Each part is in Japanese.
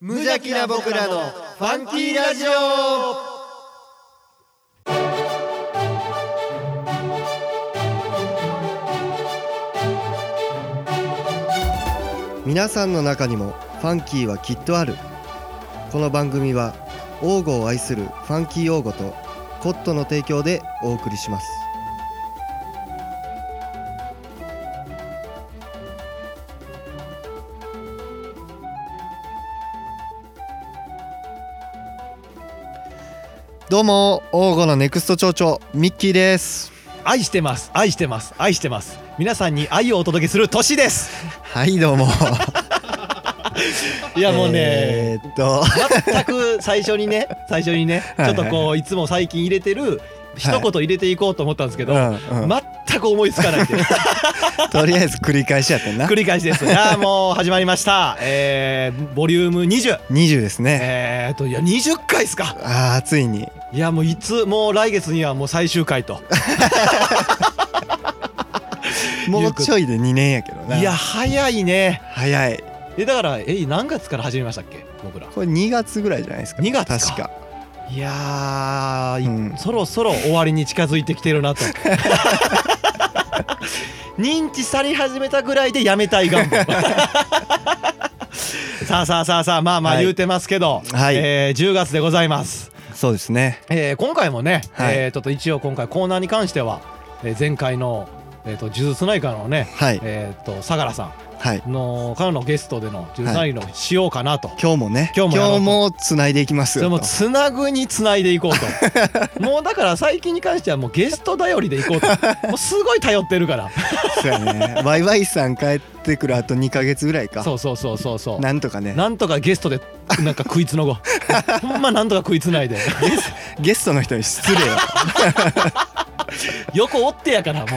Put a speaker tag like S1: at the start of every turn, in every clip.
S1: 無邪気な僕らのファンキーラジオ皆さんの中にもファンキーはきっとあるこの番組は王語を愛するファンキー王語とコットの提供でお送りしますどうも王語のネクスト町長ミッキーです
S2: 愛してます愛してます愛してます皆さんに愛をお届けする年です
S1: はいどうも
S2: いやもうね、
S1: えーっと
S2: 全く最初に ね最初にねち
S1: はいは
S2: ょ
S1: い
S2: っとこういつも最近入れてる一言入れていこうと思ったんですけど、
S1: うんうん
S2: 全く思いつかないっていう
S1: とりあえず繰り返しやってんな
S2: 繰り返しですああもう始まりましたえー、ボリューム20
S1: 20ですね
S2: えーといや20回っすか
S1: あーついに
S2: いやもういつもう来月にはもう最終回と
S1: もうちょいで2年やけどない
S2: いや早いね
S1: 早い
S2: えだからえ何月から始めましたっけ僕ら
S1: これ2月ぐらいじゃないですか
S2: 2月か
S1: 確か
S2: いやーい
S1: うん
S2: そろそろ終わりに近づいてきてる なと認知され始めたぐらいでやめたい願 望さあさあさあさあまあまあ
S1: はい
S2: 言うてますけど、
S1: はい
S2: えー10月でございます、
S1: そうですね
S2: えー今回もね、
S1: はい
S2: えーちょっと一応今回コーナーに関しては、えー前回の「えー、と呪術内科」のね、
S1: はい
S2: えー、と相良さ
S1: はい
S2: んの彼のゲストでの呪術内科のしようかなと、
S1: 今日もね
S2: 今日もやろうと
S1: つないでいきます
S2: それ
S1: よ
S2: も
S1: と
S2: つなぐにつないでいこう ともうだから最近に関してはもうゲスト頼りでいこうと もうすごい頼ってるから
S1: そうや ねワイワイさん帰ってくるあと2か月ぐらいか
S2: そうそうそうそうそう
S1: なんとかね
S2: なんとかゲストでなんか食いつ のごうほんまなんとか食いつないで
S1: ゲストの人に失礼 や
S2: 横おってやからも う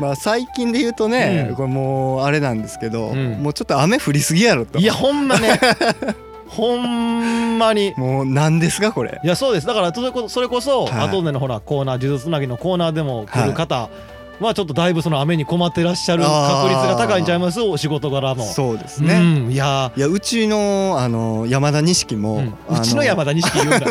S1: まあ最近で言うとね、
S2: うん
S1: これもうあれなんですけど、
S2: うん
S1: もうちょっと雨降りすぎやろと
S2: いやほん まねほんまに
S1: もう何ですかこれ
S2: いやそうですだからそれこそそれこそ
S1: はい
S2: 後でのほらコーナー「呪術つなぎ」のコーナーでも来る方はちょっとだいぶその雨に困ってらっしゃる確率が高いんちゃいますお仕事柄も
S1: そうです
S2: う
S1: ね、
S2: んいやー
S1: いやうちのあの山田錦も、
S2: うんうちの山
S1: 田
S2: 田錦 言うんだ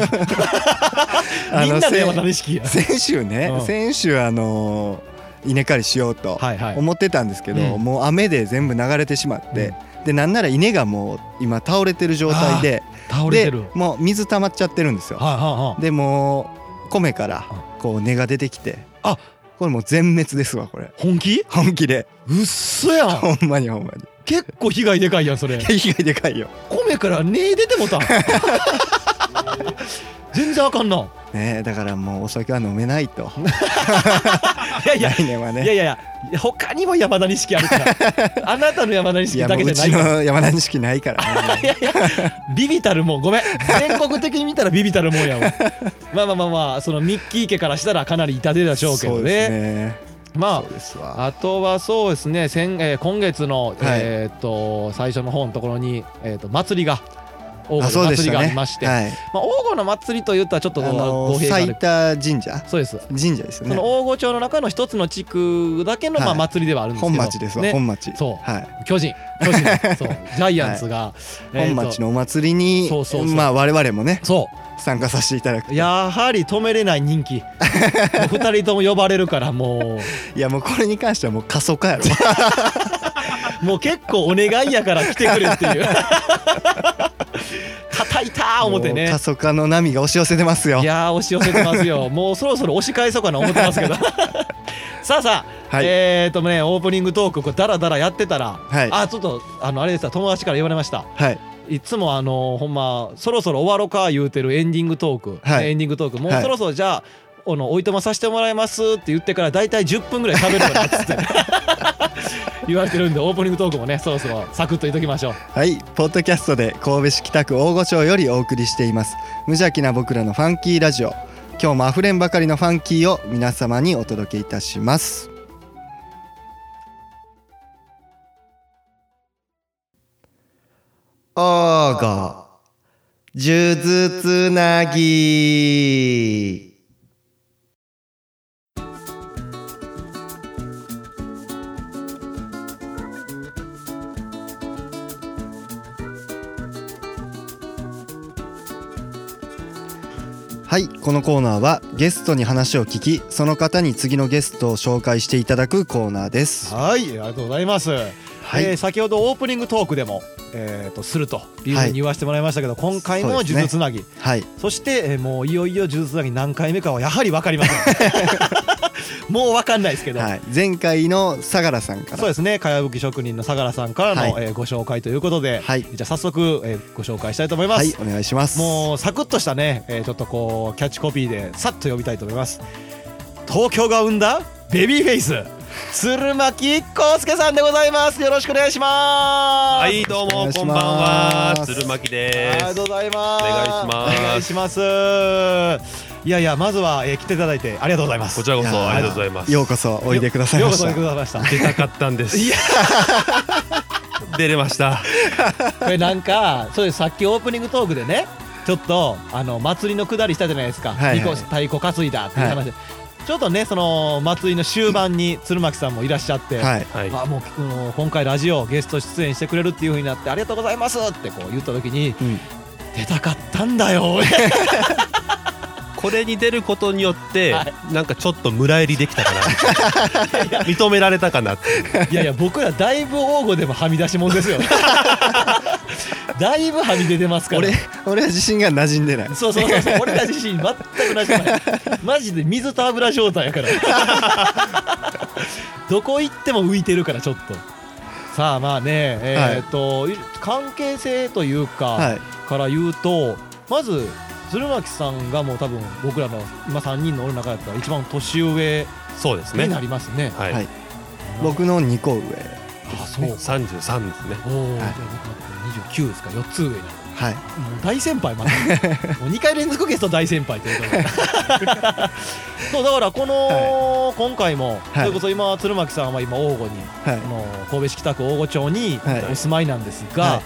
S2: みんなの山田錦や
S1: 先週ね、
S2: うん
S1: 先週あの稲刈りしようと
S2: はいはい
S1: 思ってたんですけど、
S2: うん
S1: もう雨で全部流れてしまって、でなんなら稲がもう今倒れてる状態で
S2: 倒れ
S1: で
S2: てるはい
S1: もう水溜まっちゃってるんですよ。
S2: はいはい
S1: でもう米からこう根が出てきて
S2: あ
S1: これもう全滅ですわこれ
S2: 本気
S1: 本気で
S2: うっそやん
S1: ほんまにほんまに
S2: 結構被害でかいやんそれ
S1: 被害でかいよ。
S2: 米から根出てもたん 全然あかんな
S1: ねえだからもうお酒は飲めないと
S2: いやいや
S1: 来年はい
S2: や
S1: ね
S2: いやいや他にも山田錦あるからあなたの山田
S1: い
S2: 錦
S1: や
S2: だ
S1: も
S2: け
S1: うう
S2: じゃない
S1: ち
S2: から
S1: の山田錦ないから
S2: い
S1: ね
S2: やいやビビたるもんごめん全国的に見たらビビたるもんやわまあまあまあまあそのミッキー家からしたらかなり痛手でしょうけ
S1: そ
S2: ど
S1: うです
S2: ね
S1: ね
S2: まあ
S1: そうですわ
S2: あとはそうですね先、えー今月の、えーっと最初の方のところに、えーっと祭りが王
S1: あ
S2: 金
S1: そう
S2: の
S1: で
S2: 祭
S1: し
S2: り
S1: た
S2: があ
S1: ね
S2: りまして、
S1: はい
S2: まあ、王金の祭りと言ったらちょっ
S1: あ
S2: とこう
S1: の
S2: 語弊があ
S1: 埼
S2: る
S1: 田神社
S2: そうです、
S1: 神社ですよ
S2: そ
S1: ね
S2: の王金町の中の一つの地区だけの、ま
S1: は
S2: あ、
S1: い
S2: 祭りではあるんですけど
S1: 本町ですわ
S2: ね
S1: 本町
S2: そう
S1: はい
S2: 巨人巨 人そうジャイアンツが、えーっ
S1: 本
S2: と
S1: 町のお祭りに
S2: そうそうそう
S1: まあ我々もね
S2: そう
S1: 参加させていただく
S2: やはり止めれない 人気もう2人とも呼ばれるからも
S1: いやもうこれに関してはもう過疎化や ろ
S2: うもう結構お願いやから来てくれっ ていう叩いたー思って
S1: もう
S2: ね
S1: 過疎化の波が押し寄せてますよ
S2: いやー押し寄せてま すよもうそろそろ押し返そうかな思ってますけどさあさあ、
S1: はい
S2: えーとねオープニングトークこうダラダラやってたら、
S1: はい
S2: あちょっとあのあれですわ友達から言われました
S1: はい
S2: いつもあのほんまそろそろ終わろか言うてるエンディングトーク、
S1: はい
S2: エンディングトークもう
S1: はい
S2: そろそろじゃあ、あのおいとまさせてもらいますって言ってから大体10分ぐらい喋るからっつって 言われてるんでオープニングトークもねそろそろサクッと言っときましょう
S1: はい、ポッドキャストで神戸市北区大御町よりお送りしています無邪気な僕らのファンキーラジオ今日もあふれんばかりのファンキーを皆様にお届けいたします大御数珠つなぎはいこのコーナーはゲストに話を聞きその方に次のゲストを紹介していただくコーナーです
S2: はいありがとうございます、
S1: はい、
S2: えー先ほどオープニングトークでも、えー、とするというふうに言わせてもらいましたけど、今回も
S1: そう
S2: 呪
S1: ですね
S2: 術つなぎ
S1: はい
S2: そして、えーもういよいよ呪術つなぎ何回目かはやはり分かりません もう分かんないですけど、
S1: はい、前回の相良さんか
S2: そう
S1: ら
S2: ですねかやぶき職人の相良さんからの、
S1: はい
S2: えーご紹介ということで、
S1: はい
S2: じゃあ早速、えーご紹介したいと思いま
S1: はい
S2: す、
S1: お願いします
S2: もうサクッとしたね、えーちょっとこうキャッチコピーでさっと呼びたいと思います東京が生んだベビーフェイス鶴巻康介さんでございますよろしくお願いします
S3: はい、どう
S1: お願
S3: も、
S1: いします
S3: こんばんは。鶴巻で
S2: ありが
S3: す
S2: とう。ございます。
S3: お願いします
S2: お願いしますいやいや、まずは、えー来ていただいてありがとうございます。
S3: こちらこ
S1: いや
S3: そ、
S1: ー
S3: ありがとうございます。
S1: ようこそおいでください
S2: よう
S1: ま
S2: こ
S1: し
S2: そお
S1: た
S2: いでくださいました。
S3: 出たかったんです。
S2: いや
S3: 出れました。
S2: これなんか、そうです。さっきオープニングトークでね、ちょっとあの祭りのくだりしたじゃないですか。
S1: はいはい
S2: 二個太鼓担いだっていう話で、ちょっとね、その祭りの終盤に鶴巻さんもいらっしゃって。
S1: はい
S3: はい。
S2: あもうあの今回ラジオゲスト出演してくれるっていう風になってありがとうございますってこう言った時に
S1: うん
S2: 出たかったん だよ
S3: これに出ることによって
S2: は、
S3: なんかちょっと村入りできたかな。認められたかなって。
S2: いやいや僕らだいぶ王語でもはみ出しもんです よだいぶはみ出てますから
S1: 俺俺は自信が馴染んでない
S2: そうそうそうそう俺ら自身全く同じないマジで水と油状態やから どこ行っても浮いてるからちょっとさあまあねえーっと、い関係性というか、
S1: はい
S2: から言うとまず鶴巻さんがもう多分僕らの今3人のおる中だったら一番年上
S3: そうです
S2: に
S3: ね。
S2: なりますね
S3: は
S1: はい
S3: い。
S1: 僕の2個上
S2: あそう
S3: 三十三ですね。
S2: おお、
S1: はい
S2: じゃあ僕なんて29ですか4つ上になる
S1: はい
S2: もう大先 輩までもう2回連続ゲスト大先輩ということでそうだからこの、今回も、
S1: い
S2: それこそ今鶴巻さんは今王吾に、
S1: はい
S2: あの神戸市北区王吾町に
S1: はい
S2: お住まいなんですが、
S1: はい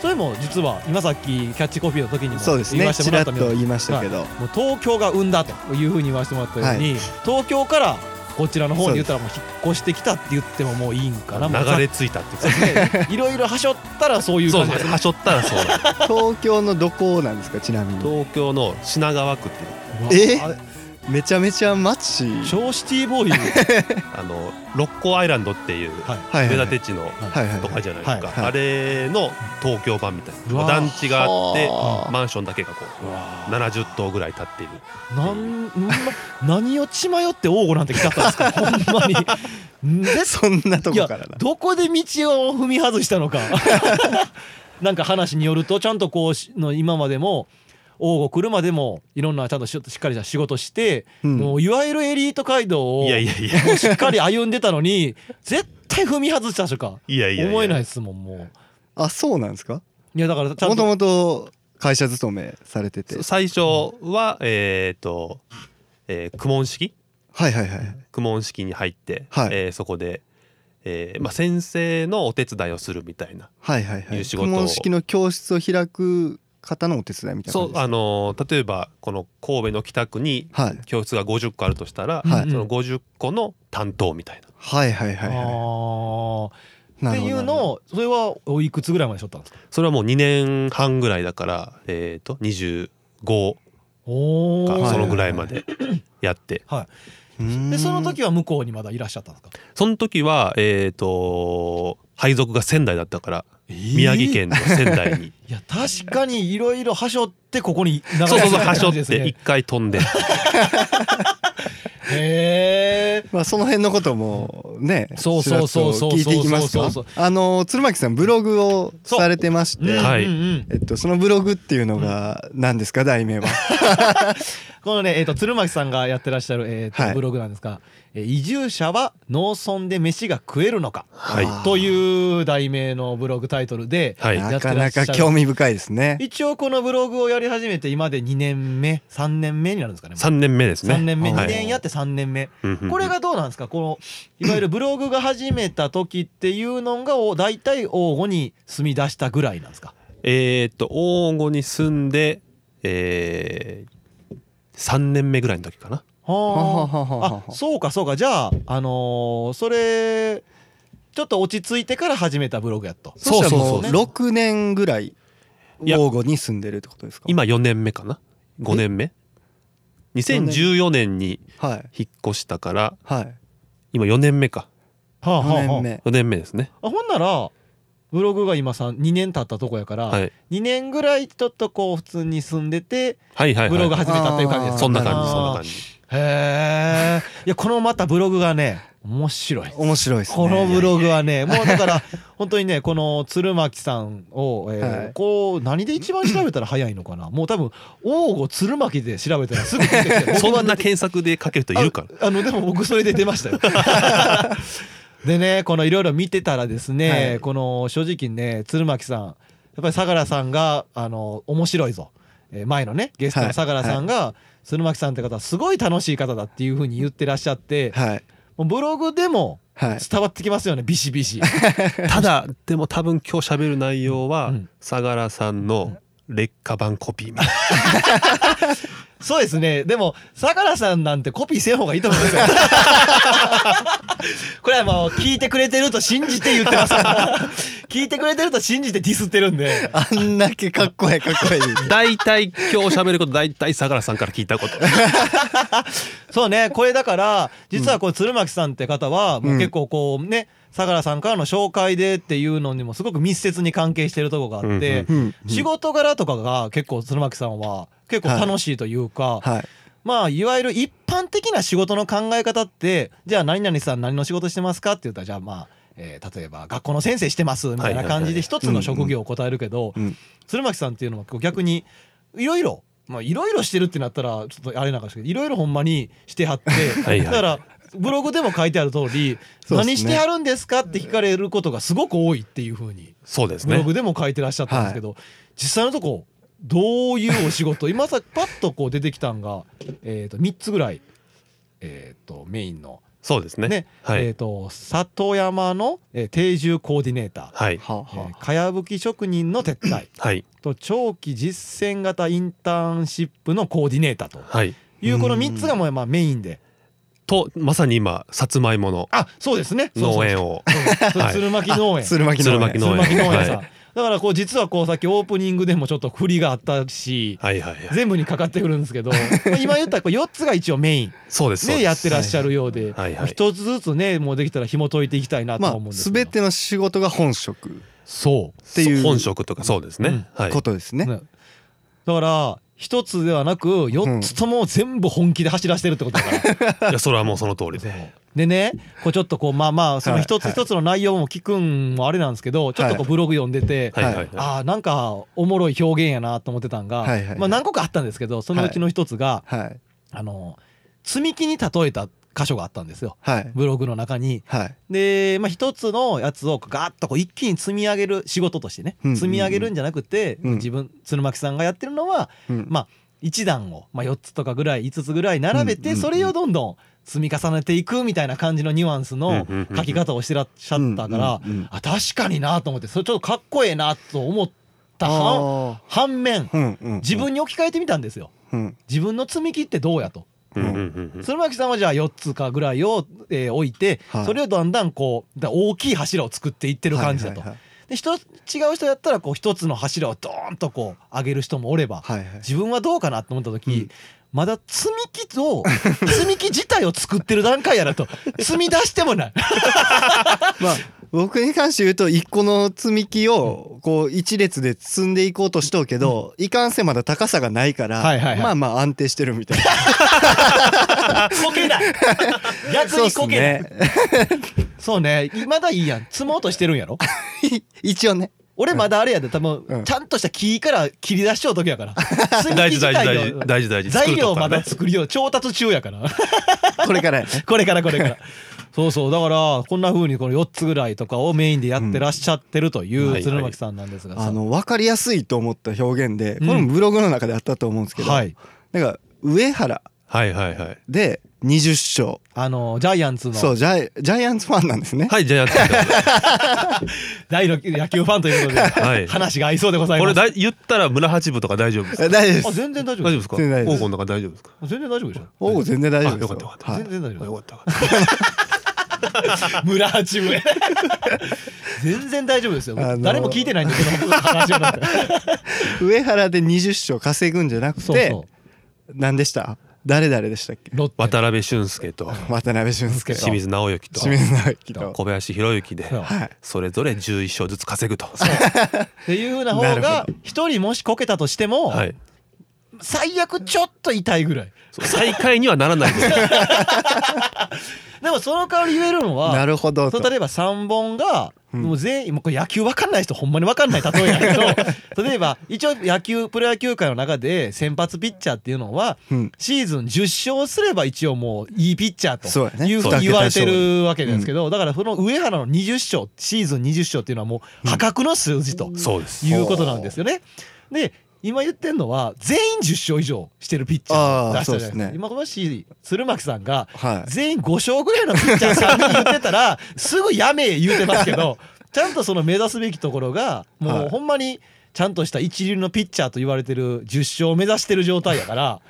S2: それも実は今さっきキャッチコピーの時にも
S1: そうです
S2: 言
S1: ね
S2: わせて
S1: ち
S2: もら
S1: らっ
S2: った
S1: と
S2: みたい
S1: 言いましたけど、
S2: もう東京が生んだというふうに言わせてもらったように、東京からこちらの方に言ったらもう引っ越してきたって言ってももういいんかなもう
S3: 流れ着いたっていうか。
S2: いろいろはしょったらそういう
S3: そう
S2: 感
S3: で
S2: じ
S3: すね。はしょったらそうだ。
S1: 東京のどこなんですかちなみに
S3: 東京の品川区っていう、
S1: え
S2: うわあれ
S1: めちゃめちゃ街
S2: 超シティボーイ
S3: あの六甲アイランドっていう
S2: はい
S1: はい
S3: 目
S1: はいは
S3: 立
S1: い
S3: て地の
S1: はいはい
S3: とかじゃないです
S2: はい
S1: はい
S3: か。あれの東京版みたいうな。
S2: わー
S3: 団地があって
S1: はあ、
S3: マンションだけがこう。70棟ぐらい立っている
S2: なん、んま、何を血迷って王吾なんて来たったんで すかほんまにんで
S1: そんなと
S2: い
S1: こ
S2: や
S1: からな
S2: どこで道を踏み外したの かなんか話によるとちゃんとこうしの今までも王吾来るまでもいろんなちゃんとししっかりした仕事して、
S1: うん
S2: もういわゆるエリート街道を
S3: いやいやいや
S2: もうしっかり歩んでたの に絶対踏み外したとしか
S3: いやいや
S2: 思えない
S3: い
S2: ですもんもう
S1: あそうなんですか
S2: いやだからちゃ
S1: も
S2: ん
S1: と
S2: と
S1: もと会社勤めされてて
S3: や最初はえっ、と、えー、苦悶式
S1: はいはいはい
S3: 苦悶式に入って、
S1: はい
S3: えーそこで、えーまあ、先生のお手伝いをするみたいな
S1: はいはいはい
S3: いう仕
S1: 質
S3: 事を
S1: 問式の教室を開く方のお手伝いみたいな感
S3: そう
S1: じです
S3: あのー例えばこの神戸の北区に
S1: はい
S3: 教室が50個あるとしたら、
S1: はい
S3: その50個の担当みたいな
S1: はいはいはいはい
S2: あー
S1: な
S2: っ
S1: る
S2: て
S1: ほ
S2: い
S1: どなるほ
S2: うの
S1: ど
S2: をそれはおいくつぐらいまでしょったんですか
S3: それはもう2年半ぐらいだからえっ、と25
S2: お
S3: か
S2: ー
S3: そのぐらいまでやって
S1: うーん
S2: でその時は向こうにまだいらっしゃったんですか、
S3: その時はえっ、と配属が仙台だったから宮城県の仙台 に
S2: いや確かにいろいろはしょってここに流れ
S3: そうそうそう
S2: てきた
S3: はしょっ
S2: 感じです
S3: て
S2: ね
S3: 一回飛んで
S2: へえ
S1: まあその辺のこともね
S2: そうそうそうそう
S1: ちらっと聞いていきます
S2: そ
S1: か
S2: うそう
S1: あの鶴巻さんブログを
S2: そう
S1: されてまし
S2: うん
S1: て
S3: はい
S2: うんうん
S1: えっとそのブログっていうのが何ですか題名は
S2: このね、えー、と鶴巻さんがやってらっしゃる、えーと
S1: はい
S2: ブログなんですが「えー移住者は農村で飯が食えるのか
S3: はい
S1: あー」
S2: という題名のブログタイトルで、
S3: はい
S1: なかなか興味深いですね
S2: 一応このブログをやり始めて今で2年目3年目になるんですかね
S3: 3年目ですね
S2: 3年目
S1: はい
S2: 2年やって3年目
S3: うんうん
S2: これがどうなんですかこのいわゆるブログが始めた時っていうのがお大体王吾に住み出したぐらいなんですか
S3: えーっと大御に住んでえ3年目ぐらいの時かな
S2: は
S1: はははは
S2: ああそうかそうかじゃああのーそれちょっと落ち着いてから始めたブログやと
S3: そうそうそう
S1: したらも6年ぐらい
S3: いや
S1: 王吾に住んでるってことですか
S3: 今4年目かな5年目2014年に
S4: はい
S3: 引っ越したから
S4: はい
S3: 今4年目か
S2: はあ、はあ
S4: 4年
S2: は
S4: 目
S3: 4年目ですね
S2: あ、あほんならブログが今さ2年経ったとこやから、
S3: はい
S2: 2年ぐらいちょっとこう普通に住んでて
S3: はいはいはい
S2: ブログ始めたっていう感じです
S3: そんな
S2: あ
S3: 感
S2: ー
S3: じそんな感じ
S2: へえいやこのまたブログがね面白い
S4: 面白いですね
S2: このブログはねもうだから 本当にねこの鶴巻さんを、えー
S4: はい
S2: こう何で一番調べたら早いのかなもう多分「王吾鶴巻」で調べたらすぐ出て きて
S3: そんな検索でかける人いるから
S2: ああのでも僕それで出ましたよ でねこのいろいろ見てたらですね、
S4: はい
S2: この正直ね鶴巻さんやっぱり相良さんがあの面白いぞ、えー前のねゲスト
S4: は
S2: の
S4: い
S2: 相良さんが、鶴巻さんって方はすごい楽しい方だっていうふうに言ってらっしゃって、
S4: はい
S2: もうブログでも
S4: はい
S2: 伝わってきますよねビシビシ。
S3: ただでも多分今日喋る内容は
S2: うん
S3: 相良さんの劣化版コピーみたいな
S2: そうですね。でも、相良さんなんてコピーせん方がいいと思い ますよ。これはもう、聞いてくれてると信じて言ってます。 聞いてくれてると信じてディスってるんで。
S4: あんだけかっこいいかっ こいい
S3: 大体今日喋ること大体相良さんから聞いたこと
S2: そうね、これだから、実はこう、鶴巻さんって方は、もう結構こうね、相良さんからの紹介でっていうのにもすごく密接に関係してるとこがあって
S4: うんうんうん、うん
S2: 仕事柄とかが結構鶴巻さんは結構楽しいというか、
S4: はい
S2: まあいわゆる一般的な仕事の考え方ってじゃあ何々さん何の仕事してますかって言ったらじゃあまあ、えー例えば学校の先生してますみたいな感じで一つの職業を答えるけど
S4: うん
S2: 鶴巻さんっていうのはこう逆にいろいろ。まあいろいろしてるってなったらちょっとあれなんかですけどいろいろほんまにしては って
S3: いはい
S2: だからブログでも書いてある通り
S4: そうですね
S2: 何してはるんですかって聞かれることがすごく多いっていうふうに
S3: そうです
S2: ブロ
S3: ね
S2: グでも書いてらっしゃったんですけど、実際のとこどういうお仕事 今さパッとこう出てきたんが、えー、と3つぐらい、えー、とメインの
S3: そうですね
S2: ね
S3: は
S2: えー、
S3: い
S2: と里山の、えー定住コーディネーター、
S3: はい
S4: はあ
S2: え
S4: は
S2: ーかやぶき職人の撤退
S3: はい
S2: と長期実践型インターンシップのコーディネーターと
S3: はい
S2: いうこの3つがもうまあメインで
S3: とまさに今さつまいもの
S2: あそうですね
S3: 農園
S2: を
S3: をはい
S2: 鶴巻農
S4: あ
S2: 園
S4: 鶴巻
S3: 鶴
S4: の
S3: 巻
S2: 鶴
S3: 農園
S2: 巻農園さん、
S3: は
S2: だからこう実はこうさっきオープニングでもちょっと振りがあったし、
S3: はいはいはい
S2: 全部にかかってくるんですけどまあ今言ったこう4つが一応メイン
S3: そうですそう
S2: で
S3: です
S2: やってらっしゃるようで
S3: はいはい
S2: 一つずつねもうできたら紐解いていきたいなと
S4: ま
S2: は
S4: あ
S2: 思うんですけ
S4: 全
S2: ど
S4: ての仕事が本職
S2: そう
S4: っていう
S3: 本職とかそうですね、はい
S4: ことですね
S2: ねだから一つではなく4つとも全部本気で走らせてるってことだから
S3: いやそれはもうその通りで
S2: でねこうちょっとこうまあまあその
S4: はい
S2: 一つ一つの内容も聞くんもあれなんですけどちょっとこう
S4: はい
S2: ブログ読んでて
S3: はいはいはい
S2: あーなんかおもろい表現やなと思ってたんが
S4: はいはいはい
S2: まあ何個かあったんですけどそのうちの一つが
S4: はい
S2: あの積み木に例えた箇所があったんですよ
S4: はい
S2: ブログの中に。
S4: はい
S2: で、まあ、一つのやつをガーッとこう一気に積み上げる仕事としてね、
S4: うん
S2: 積み上げるんじゃなくて、
S4: うん
S2: 自分鶴巻さんがやってるのは、
S4: うん
S2: まあ、1段を、まあ、4つとかぐらい5つぐらい並べて、
S4: うんうんうん
S2: それをどんどん積み重ねていくみたいな感じのニュアンスの
S3: うんうんうん
S2: 書き方をしてらっしゃったから、
S4: うんうんうん
S2: あ確かになと思ってそれちょっとかっこええなと思った反
S4: あ
S2: 反面
S4: ーうんうんうん
S2: 自分に置き換えてみたんですよ。
S4: うん
S2: 自分の積み木ってどうやと
S3: うんうんうんうん
S2: 鶴巻さんはじゃあ4つかぐらいを、えー置いて、
S4: はい
S2: それをだんだんこうだ大きい柱を作っていってる感じだと。
S4: はい
S2: で人違う人やったらこう1つの柱をドーンとこう上げる人もおれば、
S4: はいはいはい
S2: 自分はどうかなと思った時、
S4: うん
S2: まだ積み木と積み木自体を作ってる段階や なと積み出してもない。
S4: まあ僕に関して言うと一個の積み木をこう一列で積んでいこうとしとうけど、いかんせんまだ高さがないから、
S2: はいはいはい
S4: まあまあ安定してるみたいな
S2: こけない 逆
S4: そうっ
S2: に
S4: す
S2: こけない。
S4: ね
S2: そうねまだいいやん積もうとしてるん やろ
S4: 一応ね
S2: 俺まだあれやで多分、
S4: うん
S2: ちゃんとした木から切り出しちゃう時 やから積み木
S3: 大事
S2: 自
S3: 大事
S2: 体
S3: 大
S2: を
S3: 事大事大事
S2: 材料まだ
S3: 作る
S2: 作るよ調達中やから
S4: これからやね
S2: これからこれからそうそうだからこんな風にこの4つぐらいとかをメインでやってらっしゃってるとい
S3: うんは
S2: う
S3: い
S2: 鶴巻さんなんですが
S4: あ
S2: さ
S4: の分かりやすいと思った表現で、
S2: うん
S4: これもブログの中であったと思うんですけど、
S2: はい
S4: なんか上原
S3: からねはいはいはい
S4: で20勝
S2: あのジャイアンツの
S4: そうジャイジャイアンツファンなんですね、
S3: はいじゃあやってみたこ
S2: 大の野球ファンということで、
S3: はい
S2: 話が合いそうでござ
S3: と
S2: い
S3: こ
S2: ま
S3: れ
S2: すあ
S3: だい言ったら村八部とか大丈夫です
S4: え大丈夫です
S2: 全然大丈
S3: 大丈
S2: 夫
S3: 夫
S2: で
S3: ですすか
S4: 全然大丈夫
S3: 王
S4: です
S3: 金の中大丈夫ですか
S2: 全然大丈夫でしょ
S4: おお全然大丈夫です
S3: あよかったよかった
S4: はい
S2: 全然大丈
S3: あ
S2: 夫
S3: よかっ
S2: で
S3: たよかっ
S2: す 村八分全然大丈夫ですよ
S4: あのー
S2: 誰も聞いてないんだけど話はなんか
S4: 上原で20勝稼ぐんじゃなくて
S2: そうそう
S4: 何でした
S1: 誰々でしたっけ
S2: ロッテ
S3: 渡辺俊介と
S1: 渡辺俊介と
S3: 清水直之と
S1: 清水直之と
S3: 小林博之で
S2: そう
S1: はい
S3: それぞれ11勝ずつ稼ぐと
S2: っていうふうな方
S1: なるほ
S2: が一人もしこけたとしても、
S3: はい
S2: 最悪ちょっと痛いぐらい
S3: そう最下位にはならないです
S2: でもその代わり言えるの
S1: な
S2: は
S1: るほど
S2: そ
S1: と
S2: の例えば3本が
S1: うん
S2: もう全員もうこれ野球分かんない人ほんまに分かんない例えやけ ど例えば一応野球プロ野球界の中で先発ピッチャーっていうのは
S1: うん
S2: シーズン10勝すれば一応もういいピッチャーと
S1: そうやね
S2: いうふう
S1: そう
S2: に言われてるわけなんですけど、だからその上原の20勝シーズン20勝っていうのはもう破格の数字と
S3: そうです
S2: いうことなんですよね。で今言ってるのは全員10勝以上してるピッチャーだったじゃ
S1: あーそ
S2: ないです
S1: うですね
S2: か今もし鶴巻さんが
S1: はい
S2: 全員5勝ぐらいのピッチャーさんに言って たらすぐやめ言うてますけどちゃんとその目指すべきところが
S1: は
S2: もう
S1: い
S2: ほんまにちゃんとした一流のピッチャーと言われてる10勝を目指してる状態やから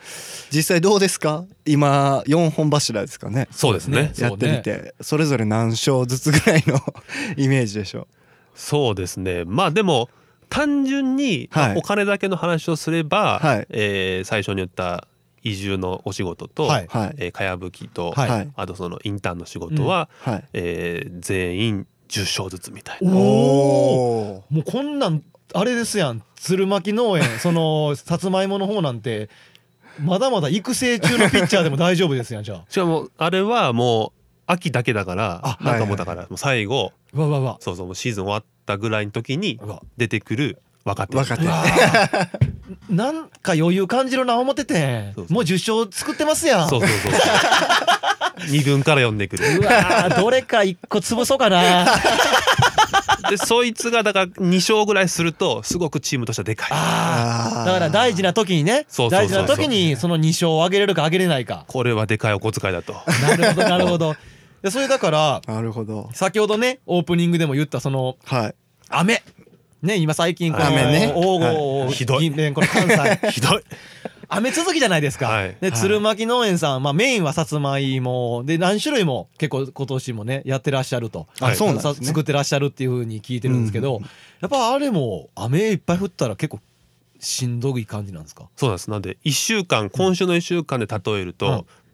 S1: 実際どうですか今4本柱ですかね
S3: そうですね
S2: そうね
S1: やってみてそれぞれ何勝ずつぐらいの イメージでしょ
S3: そうですねまあでも単純に
S1: はい
S3: お金だけの話をすれば、
S1: はい
S3: えー最初に言った移住のお仕事と、
S2: はい
S1: はい
S3: えーかやぶきと、
S2: はい
S1: はい
S3: あとそのインターンの仕事は、
S1: はい
S3: えー全員10勝ずつみたいな。
S2: も
S1: おー
S2: うこんなんあれですやん鶴巻 農園そのさつまいもの方なんてまだまだ育成中のピッチャーでも大丈夫ですやんじゃあ。
S3: しかもあれはもう秋だけだから
S1: あ
S3: なんか
S1: はいは
S3: もう
S1: い
S3: だからもう最後
S2: うわうわうわ
S3: そうそうもうシーズン終わったぐらいの時に
S2: うわ
S3: 出てくる若手
S1: 若手
S2: なんか余裕感じるな思ってて
S3: そうそう
S2: もう受賞作ってますやん
S3: そうそうそう二軍から呼んでくる
S2: うわ ーどれか一個潰そうかな
S3: でそいつがだから2勝ぐらいするとすごくチームとしてはでかい
S2: あ
S1: あ
S2: ー
S1: ー
S2: だから大事な時にね
S3: そうそうそ
S2: 大
S3: う
S2: 事
S3: そう
S2: な時にその2勝を上げれるか上げれないか
S3: これはでかいお小遣いだと
S2: なるほどなる ほどでそれだから
S1: なるほど
S2: 先ほどねオープニングでも言ったその
S1: はい
S2: 雨ね今最近この
S1: 雨ね
S2: 王金
S3: はいひどい
S2: この関西
S3: ひどい
S2: 雨続きじゃないですか、
S3: はい
S2: で
S1: はい
S2: 鶴巻農園さん、まあ、メインはさつまいもで何種類も結構今年もねやってらっしゃると
S1: あそうなんですね
S2: さ作ってらっしゃるっていうふうに聞いてるんですけど、やっぱあれも雨いっぱい降ったら結構しんどい感じなんですか
S3: そうなんですなんで1週間今週の1週間で例えると、
S2: うん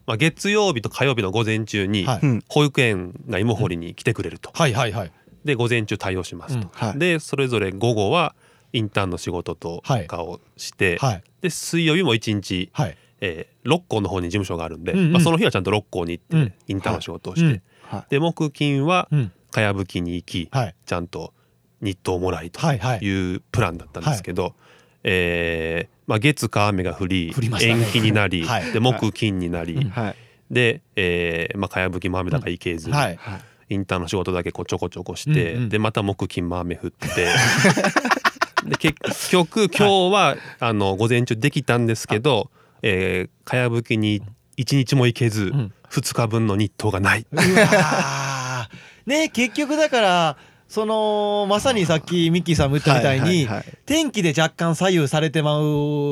S3: まあ、月曜日と火曜日の午前中に
S2: はい
S1: うん
S3: 保育園が芋掘りに来てくれると、
S2: はいはいはい
S3: で午前中対応しますと、
S1: はい
S3: でそれぞれ午後はインターンの仕事と
S2: はい
S3: かをして、
S2: はい
S3: で水曜日も1日、
S2: はい
S3: えー、六校の方に事務所があるんで、
S2: うんうん
S3: まあ、その日はちゃんと六校に行って、
S2: うん
S3: インターンの仕事をして、
S2: うん
S1: は
S3: で木金は
S2: うん
S3: かやぶきに行き、
S2: はい
S3: ちゃんと日当もらいと
S2: はいはい
S3: いうプランだったんですけど、えーまあ、月火雨が降り
S2: 降りましたね
S3: 延期になり、
S2: はい
S3: で木金になり、
S2: うん
S1: はい
S3: で、えーまあ、かやぶきも雨だから行けず、
S2: はい
S1: はい
S3: インターンの仕事だけこうちょこちょこして、
S2: うんうん
S3: でまた木金も雨降って で結局今日は、あの午前中できたんですけど、えー、かやぶきに1日も行けず、
S2: ん
S3: 2日分の日当がない。
S2: うわーね結局だからそのまさにさっきミッキーさんも言ったみたいに
S1: はいはいはい
S2: 天気で若干左右されてまう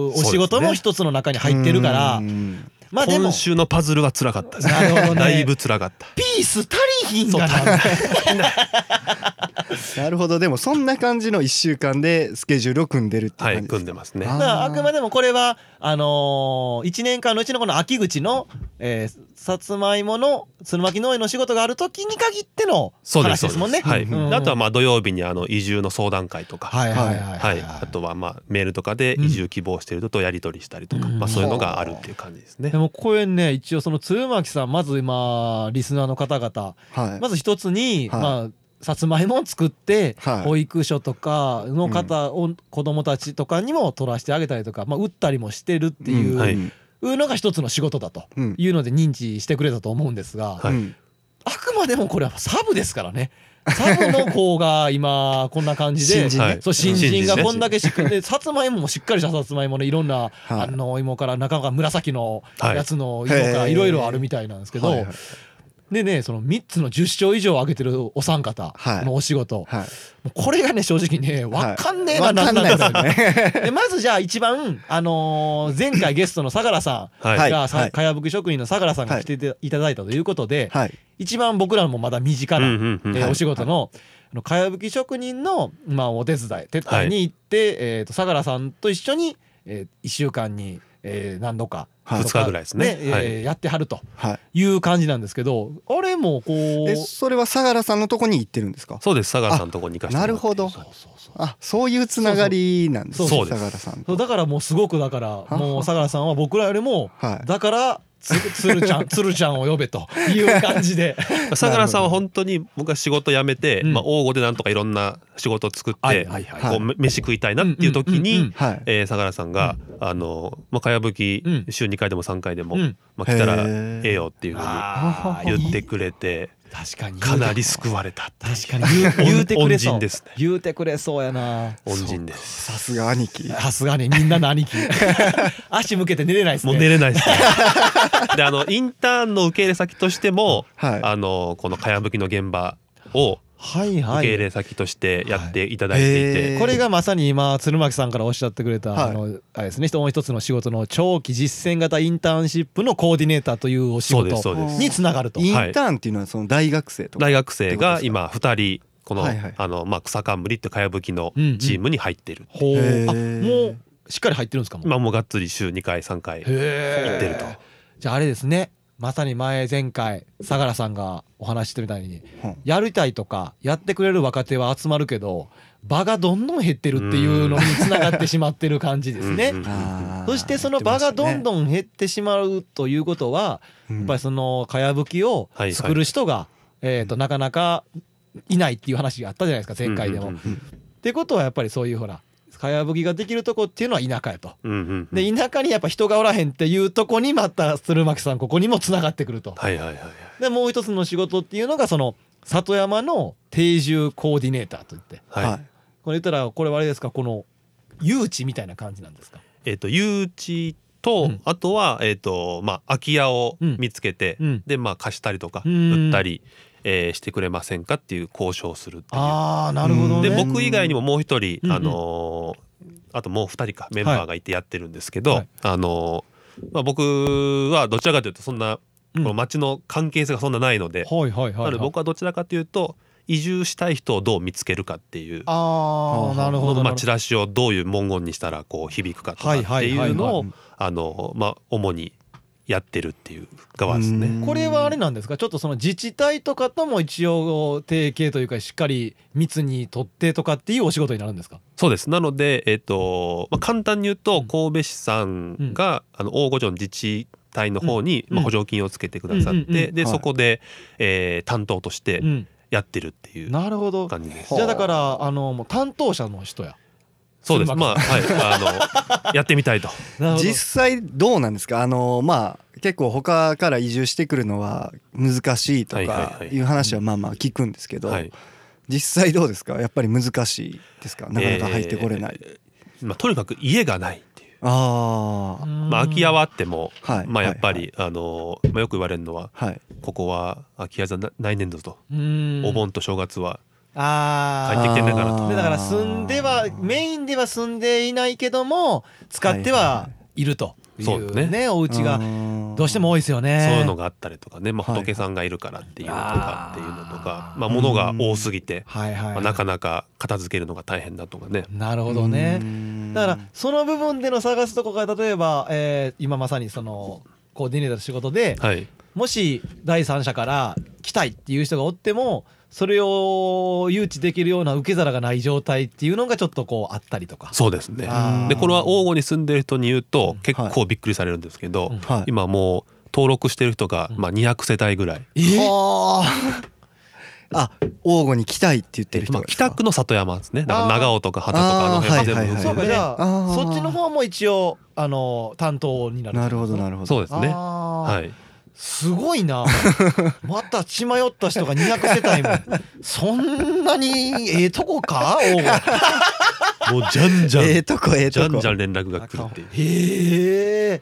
S2: お仕
S3: そう
S2: 事
S3: です
S2: も
S3: ね
S2: 一つの中に入ってるから
S1: うん
S2: まあでも
S3: 今週のパズルは辛かったです
S2: なるほどね
S3: だいぶ辛かった
S2: ピース足りひんがな
S1: なるほどでもそんな感じの1週間でスケジュールを組んでるって
S3: は
S1: いう
S3: い
S1: 感じ
S3: 組ん
S1: で
S3: でますね
S1: あ
S2: だからあ くまでもこれはあのー、1年間のうちのこの秋口の、えーさつまいもの鶴巻農園の仕事がある時に限っての
S3: そうで
S2: 話
S3: す
S2: ですもんね。
S3: そうです
S2: うん
S3: は
S2: う
S3: い、
S2: ん
S3: であとはまあ土曜日にあの移住の相談会とか、
S2: はいはいはい
S3: はいあとはまあメールとかで移住希望してる人とやり取りしたりとか、
S2: うん
S3: まあ、そういうのがあるっていう感じですね
S2: で。もここへね一応その鶴巻さんまず今リスナーの方々
S1: すはい
S2: まず一つに、
S1: はい
S2: まあさつまいもを作って、
S1: はい
S2: 保育所とかの方を、子供たちとかにも取らせてあげたりとか、まあ、打ったりもしてるってい
S1: うん
S3: は
S2: う
S3: い
S2: のが一つの仕事だと
S1: うん
S2: いうので認知してくれたと思うんですが、
S3: は
S1: う
S3: い
S1: ん
S2: あくまでもこれはサブですからね。サブの子が今こんな 感じ
S1: 新
S2: で
S1: 人ね
S2: はいそう新人が
S3: 新人ね
S2: こんだけしっかりでさつまいももしっかりしたさつまいものいろんな、
S1: い
S2: あの芋から中が紫の
S3: はい
S2: やつの芋から
S1: へー
S2: いろいろあるみたいなんですけど、
S1: はいはい
S2: でねその3つの10勝以上上げてるお三方のお仕事、
S1: はい
S2: もうこれがね正直ね分かんねえ
S1: は
S2: な、
S1: いわかんないですよ
S2: んだ
S1: ね
S2: かでまずじゃあ一番、あのー前回ゲストの相良さん
S3: はい
S2: が、さ
S1: はい
S2: かやぶき職人の相良さんが来ていただいたということで、
S1: はい
S2: 一番僕らもまだ身近な、
S3: うんうんうん
S2: えー
S3: はい
S2: お仕事のあのかやぶき職人の、まあ、お手伝い撤退に行って、えー、と相良さんと一緒に、え1週間にえー何度か
S1: はい
S2: とか
S3: 二日ぐらいですね
S2: えー
S3: はい
S2: やってはると
S1: はい
S2: いう感じなんですけどあれもこう
S1: えそれは相良さんのとこに行ってるんですか
S3: そうです相良さんのとこに行かせても
S1: な
S3: ら
S1: る
S3: って
S1: ほど
S2: そうそうそう
S1: あそういうつながりなんですね
S3: そうそうそう
S1: 相
S3: で
S1: 良
S3: す
S1: さん
S2: そう
S1: と
S2: だからもうすごくだからもう相良さんは僕らよりも
S1: はい
S2: だからつつるちゃ んつるちゃんを呼べという感じで
S3: 相良さんは本当に僕は仕事辞めて、
S2: うん
S3: まあ、応募でなんとかいろんな仕事を作って、
S2: はいはいはい
S3: こうめ飯食いたいなっていう時に、
S2: うんうんうんうん
S1: はい
S3: えー相良さんが「あのまあ、かやぶき
S2: うん
S3: 週2回でも3回でも、
S2: うん
S3: まあ、来たら
S1: へ
S3: え
S1: ー
S3: えよ」っていうふうに
S2: あー
S3: 言ってくれて
S2: 確かに
S3: かなり救われたっていう
S2: 確かに言う言うてくれそ
S3: 恩人
S2: う
S3: ですね
S2: 言うてくれそうやな
S3: 恩人です。
S1: さすが兄貴
S2: さすがにみんなの兄貴 足向けて寝れないですね
S3: もう寝れない ですね。であのインターンの受け入れ先としても、
S1: はい
S3: あのこのかやぶきの現場を
S2: はい
S3: 受
S2: は
S3: け入
S2: い
S3: れ先としてやっていただいていて、
S1: はいへー
S2: これがまさに今鶴巻さんからおっしゃってくれた、
S1: はい
S2: あのあれですねもう一つの仕事の長期実践型インターンシップのコーディネーターというお仕
S3: そうですそ
S2: 事
S3: うです。
S2: につながると
S1: イン
S3: はい
S1: ターンっていうのはその大学生とか
S3: 大学生が今2人この,、
S1: はいはい
S3: あのまあ、草冠ってかやぶきの
S2: うんうん
S3: チームに入ってる、
S2: ほう
S1: へ
S2: あ
S1: ー
S2: もうしっかり入ってるんですかもう
S3: 今もうがっつり週2回3回行っ
S2: へー
S3: てると、
S2: じゃああれですねまさに前前回相良さんがお話ししてみたいに
S1: うん
S2: やりたいとかやってくれる若手は集まるけど場がどんどん減ってるっていうのにつながってしまってる感じですね
S3: うんうん。
S1: あー
S2: そしてその場がどんどん減ってしまうということは
S1: うん
S2: やっぱりそのかやぶきを
S3: はい
S2: 作る人がえーとなかなかいないっていう話があったじゃないですか前回でも。
S3: う
S2: っ
S3: んうん
S2: てことはやっぱりそういうほらかやぶきができるとこっていうのは田舎やと。
S3: うんうんうん
S2: で田舎にやっぱ人がおらへんっていうとこにまた鶴巻さんここにもつながってくると。
S3: はいはいはいはい
S2: でもう一つの仕事っていうのがその里山の定住コーディネーターといって
S3: はい、
S1: はい
S2: これ言ったらこれはあれですかこの誘致みたいな感じなんですか
S3: えっ、と誘致と、
S2: うん
S3: あとはえっ、とまあ空き家を見つけて、
S2: うん
S3: でまあ貸したりとか
S2: うん
S3: 売ったり、えーしてくれませんかっていう交渉をするっていう
S2: ああな
S1: るほどね
S3: で僕以外にももう一人、
S2: うんうん
S3: あのーあともう二人かメンバーがいてやってるんですけど、
S2: はい
S3: あのーまあ、僕はどちらかというとそんな、
S2: うん
S3: この町の関係性がそんなないので、
S2: はいはいは
S3: なの
S2: い、
S3: で
S2: はい、
S3: 僕はどちらかというと移住したい人をどう見つけるかっていう
S2: ああなるほ
S3: のま
S2: どな
S3: あ
S2: るほ
S3: チ
S2: ど
S3: ラシをどういう文言にしたらこう響くかとかっていうのをあのーまあ主にやってるっていう側です
S1: う
S3: ね。
S1: ん
S2: これはあれなんですかちょっとその自治体とかとも一応提携というかしっかり密に取ってとかっていうお仕事になるんですか
S3: そうですなので、えっとまあ、簡単に言うと神戸市さんが、あの大御所の自治体の方に、
S2: うん
S3: まあ、補助金をつけてくださって、
S2: うんうんうん
S3: で、
S1: はい
S3: そこで、えー担当として
S2: うん
S3: やってるっていう
S2: なるほど
S3: 感じです。
S2: じゃあだからあのもう担当者の人や
S3: そうです
S2: う
S3: ま
S2: ま
S3: あはいあ のやってみたいと。
S2: なるほど
S1: 実際どうなんですかあのまあ結構他から移住してくるのは難しいと
S3: はい
S1: か
S3: はいはい
S1: いう話はまあまあ聞くんですけど、
S3: はい
S1: 実際どうですかやっぱり難しいですかなかなか入ってこれない、
S3: えーまあ、とにかく家がないっていう、
S1: ああ
S3: まあ、空き家
S2: は
S3: はあっても、
S1: はい
S3: まあ、やっぱり、あのまあ、よく言われるのは
S1: はい
S3: ここは空き家じゃなないねんぞと、
S2: お
S3: お盆と正月は
S2: あ
S3: 帰ってきてんねんから
S1: あ
S3: と
S1: ー
S2: でだから住んではメインでは住んでいないけども使ってはいるとい
S3: そう
S2: う
S3: だね
S2: ねお家がどうしても多いですよね
S3: そういうのがあったりとかね、まあ、
S1: はい
S3: 仏さんがいるからっていうのとかっていうのとか、
S2: あー
S3: まあ、物が多すぎて、
S2: はいはい
S3: まあ、なかなか片付けるのが大変だとかね。
S2: なるほどね
S1: うん
S2: だからその部分での探すとこが例えばえー今まさにそのコーディネーターの仕事で
S3: はい、
S2: もし第三者から来たいっていう人がおってもそれを誘致できるような受け皿がない状態っていうのがちょっとこうあったりとか
S3: そうですね
S2: あー
S3: でこれは王吾に住んでる人に言うと結
S1: は
S3: 構びっくりされるんですけど、
S2: うん
S1: はい
S3: 今もう登録してる人がまあ200世帯ぐらい、
S2: え
S1: はああ王吾に来たいって言ってる人
S3: まあ、
S1: がですか
S3: 北区の里山ですねだから
S2: あー
S3: 長尾とか畑とかあの辺は全部
S1: あーはいはいはい
S2: そうか、
S3: ね
S2: じゃ
S1: あ
S2: あ
S1: ー
S2: そっちの方も一応あの担当になる
S1: なるほどなるほど
S3: そうですねは
S2: はいすご いなまた血迷った人が200世帯もそんなにええとこか王が
S3: もうじゃんじゃん、
S1: ええとこ ええ
S3: じゃ
S1: と
S3: ん
S1: こ
S3: じゃん連絡が来るっていう
S2: へえ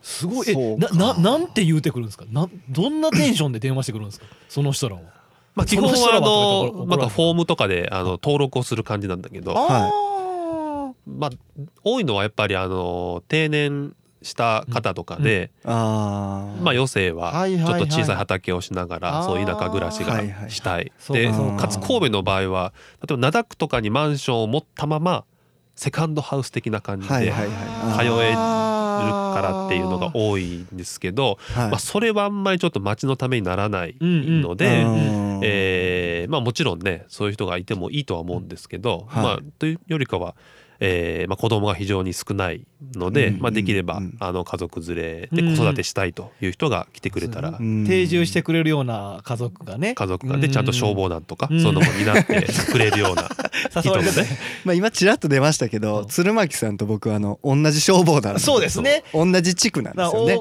S2: すごい
S1: そ
S2: え
S1: うか
S2: なななんて言うてくるんですかなどんなテンションで電話してくるん ですかその人らを
S3: まあ基本はあ
S2: その人らはとか言ったら怒られ
S3: の
S2: る
S3: なんかフォームとかであの登録をする感じなんだけど
S2: あ
S3: まあ、多いのはやっぱりあの定年した方とかで、
S1: ああ
S3: まあ、余生は
S2: はい
S3: ち
S2: は
S3: ょ
S2: いは
S3: っ
S2: い
S3: と小さい畑をしながら
S2: あー
S3: そういう田舎暮らし
S1: はいは
S3: が
S1: い
S3: したい。
S2: そう
S3: で
S2: か
S1: そうか
S3: かつ神戸の場合は例えば灘区とかにマンションを持ったままセカンドハウス的な感じ
S1: はい
S3: で
S1: はいはい
S3: 通え
S2: え
S3: からっていうのが多いんですけど、
S1: はい
S3: まあ、それはあんまりちょっと町のためにならないので、
S1: うん
S3: えーまあ、もちろんねそういう人がいてもいいとは思うんですけど、
S1: はい
S3: まあ、というよりかは、えーまあ、子供が非常に少ないので、
S1: うん
S3: まあ、できれば、
S1: うん
S3: あの家族連れで子育てしたいという人が来てくれたら、
S1: うん
S2: 定住してくれるような家族がね
S3: 家族が
S2: う
S3: で
S2: ん
S3: ちゃんと消防団とか、
S2: うん
S3: そういうのも担ってくれるような
S2: 誘われて
S3: 人
S2: ね
S3: もね
S1: まあ今ちらっと出ましたけど、鶴巻さんと僕はあの同じ消防団なん
S2: そうですね
S1: 同じ地区なんで
S2: だ
S1: す
S2: から
S1: よね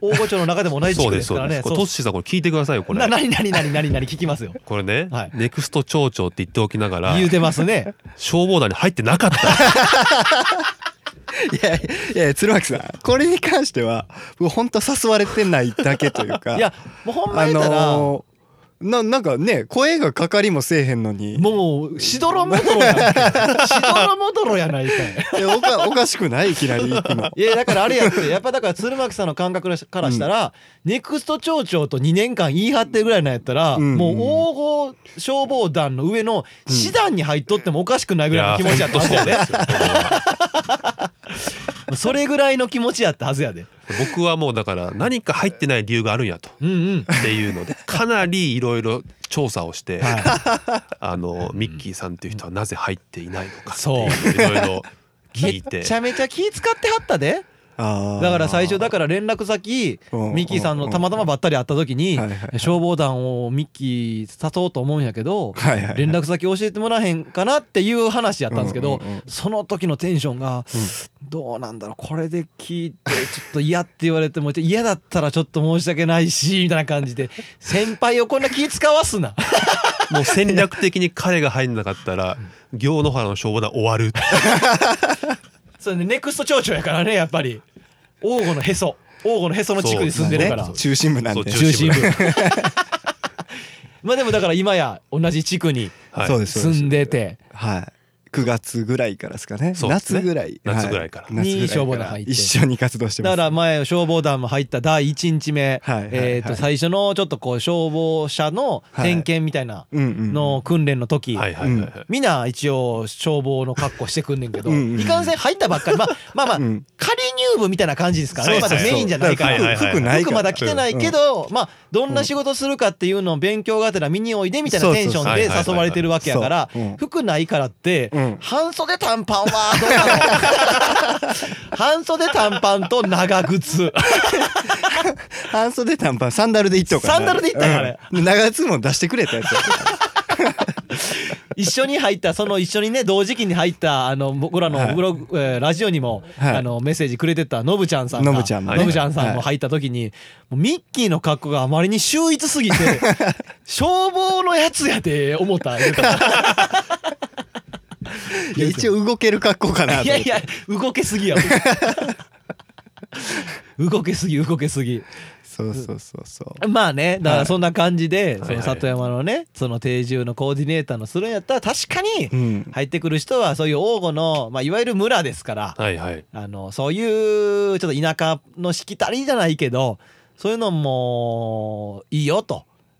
S2: 大大御町の中でも同じ地
S3: そう
S2: 区
S3: で
S2: ですす
S3: そ
S2: か
S3: う
S2: ら
S3: です
S2: ね
S3: これトッシーさんこれ聞いてくださいよこれ
S2: な何何何何何聞きますよ
S3: これね、
S2: はい
S3: ネクスト町長って言っておきながら
S2: 言うてますね
S3: 消防団に入ってなかった
S1: いやいやいや鶴巻さんこれに関しては僕本当誘われてないだけというか
S2: いやもうほんま
S1: あ
S2: 言ったら、
S1: のーななんかね声がかかりもせえへんのに
S2: もうしどろもどろやんしどろもどろやないかい
S1: えおかおかしくないいきなり行く の
S2: いやだからあれやってやっぱだから鶴巻さんの感覚からしたら、ネクスト町長と2年間言い張ってるぐらいなんやったら、
S1: うん
S2: もう黄金消防団の上の師団に入っとってもおかしくないぐらいの気持ちやったはずやで、
S3: いや本当そうですよ
S2: それぐらいの気持ちやったはずやで
S3: 僕はもうだから何か入ってない理由があるんやと
S2: うんうん
S3: っていうのでかなりいろいろ調査をして、
S2: は
S3: あのミッキーさんっていう人はなぜ入っていないのかって
S2: そう
S3: いういろいろ
S2: い
S3: 聞い
S2: め
S3: て
S2: っちゃめちゃ気使ってはったで
S1: あー
S2: だから最初だから連絡先
S1: うん
S2: ミッキーさんのたまたまばったり会った時に
S1: はいはいは
S2: 消防団をミッキー誘おうと思うんやけど
S1: はいはい
S2: 連絡先教えてもらえへんかなっていう話やったんですけど
S1: うんうんうん
S2: その時のテンションがどうなんだろうこれで聞いてちょっと嫌って言われても嫌だったらちょっと申し訳ないしみたいな感 じで先輩をこんな気使わすな
S3: もう戦略的に彼が入んなかったら行の原の消防団終わる
S2: それねネクスト町長やからねやっぱり王吾のへそ王吾のへその地区に住んでるから
S1: ね中心部なん
S3: そう
S1: で
S2: 中心部
S3: 中
S2: まあでもだから今や同じ地区に
S3: はい
S1: そうですそう
S2: 住
S1: です
S2: んでて
S1: はい9月ぐらいからですかね
S3: そうですね
S1: 夏ぐらい
S3: 夏
S1: は
S3: ぐらいから
S1: 夏ぐらい
S2: に消防団入って
S1: 一緒に活動してま
S2: だ
S1: す
S2: から前消防団も入った第1日目
S1: はいはいはい
S2: えーと最初のちょっとこう消防車の点検みたいな
S1: うんうん
S2: の訓練の時
S3: はいはいはいはい、
S2: みんな一応消防の格好してくんねんけど
S1: うんうんうん
S2: いかんせん入ったばっかりまあまあまあ
S1: うん
S2: 仮入部みたいな感じですからね
S3: そ
S2: ま
S3: うそ
S2: だ
S3: う
S2: メインじゃないか
S3: はいはい
S2: ら
S3: はい
S1: 服ないか
S2: 服
S1: ら
S2: まだ着てないけどまあどんな仕事するかっていうのを勉強がてら身においでみたいなテンションで
S3: そうそうそう
S2: 誘われてるわけやから
S1: そううん
S2: 服ないからって
S1: うん
S2: 半袖短パンはどうなの 半袖短パンと長靴。
S1: 半袖短パンサンダルで行っとかな
S2: サンダルで行ったんやあれ
S1: うん長ズボン出してくれたやつやから
S2: 一緒に入ったその一緒にね同時期に入ったあの僕らのブログ、えーラジオにも、
S1: はい
S2: あのメッセージくれてたのぶちゃんさんが
S1: のぶちゃんもね
S2: のぶちゃんさんも入った時に、もうミッキーの格好があまりに秀 逸すぎて消防のやつやで思った言うたら
S1: いや一応動ける格好かなと
S2: い
S1: 思って
S2: やいや動けすぎや 動けすぎ動けすぎ
S1: そうそうそうそう
S2: まあねだからそんな感じで、
S3: はい
S2: その里山のねその定住のコーディネーターのするんやったら確かに
S1: うん
S2: 入ってくる人はそういう王吾の、まあ、いわゆる村ですから
S3: はいはい
S2: あのそういうちょっと田舎のしきたりじゃないけどそういうのもいいよと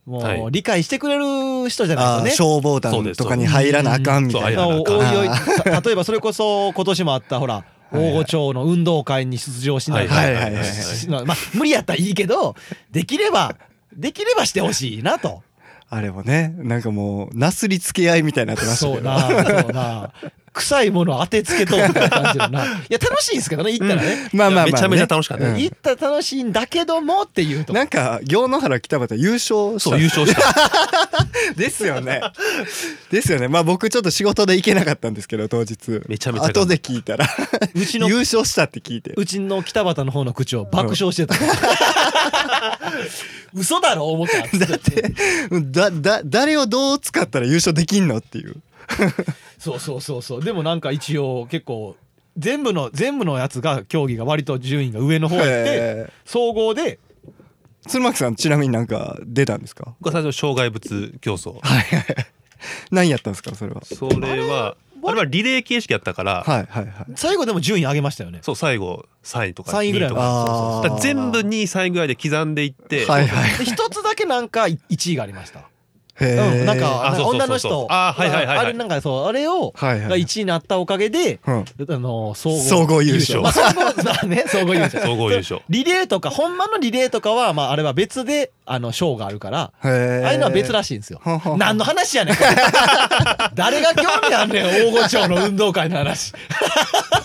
S3: は
S2: も
S3: いう
S2: 理解してくれる人じゃ
S1: あ
S2: ない
S1: ー
S2: ですかね。
S1: 消防団とかに入らなあかんみたい
S3: そ
S1: な
S3: う
S2: お
S3: そう
S2: おいおい
S1: あ
S2: た例えばそれこそ今年もあったほ
S1: い
S2: ら
S1: はい
S2: 大御町の運動会に出場しないと
S1: はいはいはい
S2: しまあ無理やったらいいけどできればできればしてほしいなと。
S1: あれもねなんかもうなすりつけ合いみたいになってました
S2: そ
S1: け
S2: う
S1: ど
S2: なそうな臭いものを当てつけとみたいな感 じのな。いや楽しいんですけどね行ったらね。
S1: まあまあまあね
S3: めちゃめちゃ楽しかった
S1: うん
S2: 行ったら楽しいんだけどもっていうとこ
S1: なんか行野原北畑優勝した
S3: そう優勝した
S1: ですよねですよねまあ僕ちょっと仕事で行けなかったんですけど当日
S3: めちゃめちゃ
S1: 後で聞いたら
S2: うちの
S1: 優勝したって聞いて
S2: うちの北畑の方の口を爆笑 してた。嘘だろ思ったっつって
S1: だだ誰をどう使ったら優勝できんのっていう
S2: そうそうそうそうでもなんか一応結構全部の全部のやつが競技が割と順位が上の方やって
S1: へ
S2: 総合で
S1: 鶴巻さんちなみになんか出たんですか
S3: 僕は最初障害物競争
S1: 何やったんですかそれは
S3: それはあれはリレー形式やったから、
S1: はいはいはい
S2: 最後でも順位上げましたよ ね。
S3: そう最後3位とか
S2: 3位ぐらい
S3: 2と
S2: あ
S3: か
S1: あ
S3: だ
S1: ー
S3: から全部2位3位ぐらいで刻んでいって、
S1: はいはい
S2: で一つだけなんか1位がありました。うん、なんか
S3: あそうそうそうそう
S2: 女の人
S3: あはいはいはいはい
S2: あれなんかそうあれを
S1: はいはい
S2: が1位になったおかげで、
S1: うん
S2: あの総合
S1: 総合優勝
S2: まあ総合まあね総合優勝
S3: 総合優勝
S2: リレーとかほんまのリレーとかはまああれは別であの賞があるから、
S1: へー
S2: ああいうのは別らしいんですよ
S1: ほんほんほん
S2: 何の話やねん これ誰が興味あんねん大御町の運動会の話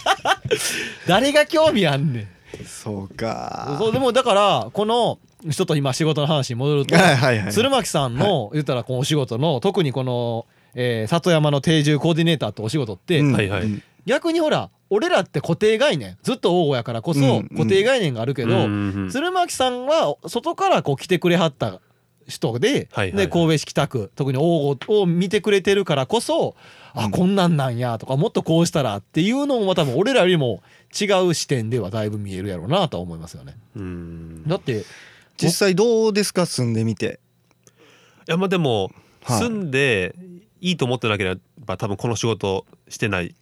S2: 誰が興味あんねん
S1: そうか
S2: そうでもだからこの人と今仕事の話に戻ると、
S1: はいはいはい
S2: 鶴巻さんの、言ったらこのお仕事の特にこの、えー里山の定住コーディネーターってお仕事って、
S1: うん
S3: はいはい
S1: うん
S2: 逆にほら俺らって固定概念ずっと大御やからこそ
S1: うん
S2: 固定概念があるけど、
S3: うんうんうん
S2: 鶴巻さんは外からこう来てくれはった人で,、
S3: はいはいはい
S2: で神戸市北区特に大御を見てくれてるからこそ、あこんなんなんやとかもっとこうしたらっていうのもまたもう俺らよりも違う視点ではだいぶ見えるやろうなとは思いますよね。
S3: うん
S2: だって
S1: 実際どうですか住んでみて
S3: いやまあでも
S1: はい
S3: 住んでいいと思ってなければ多分この仕事してない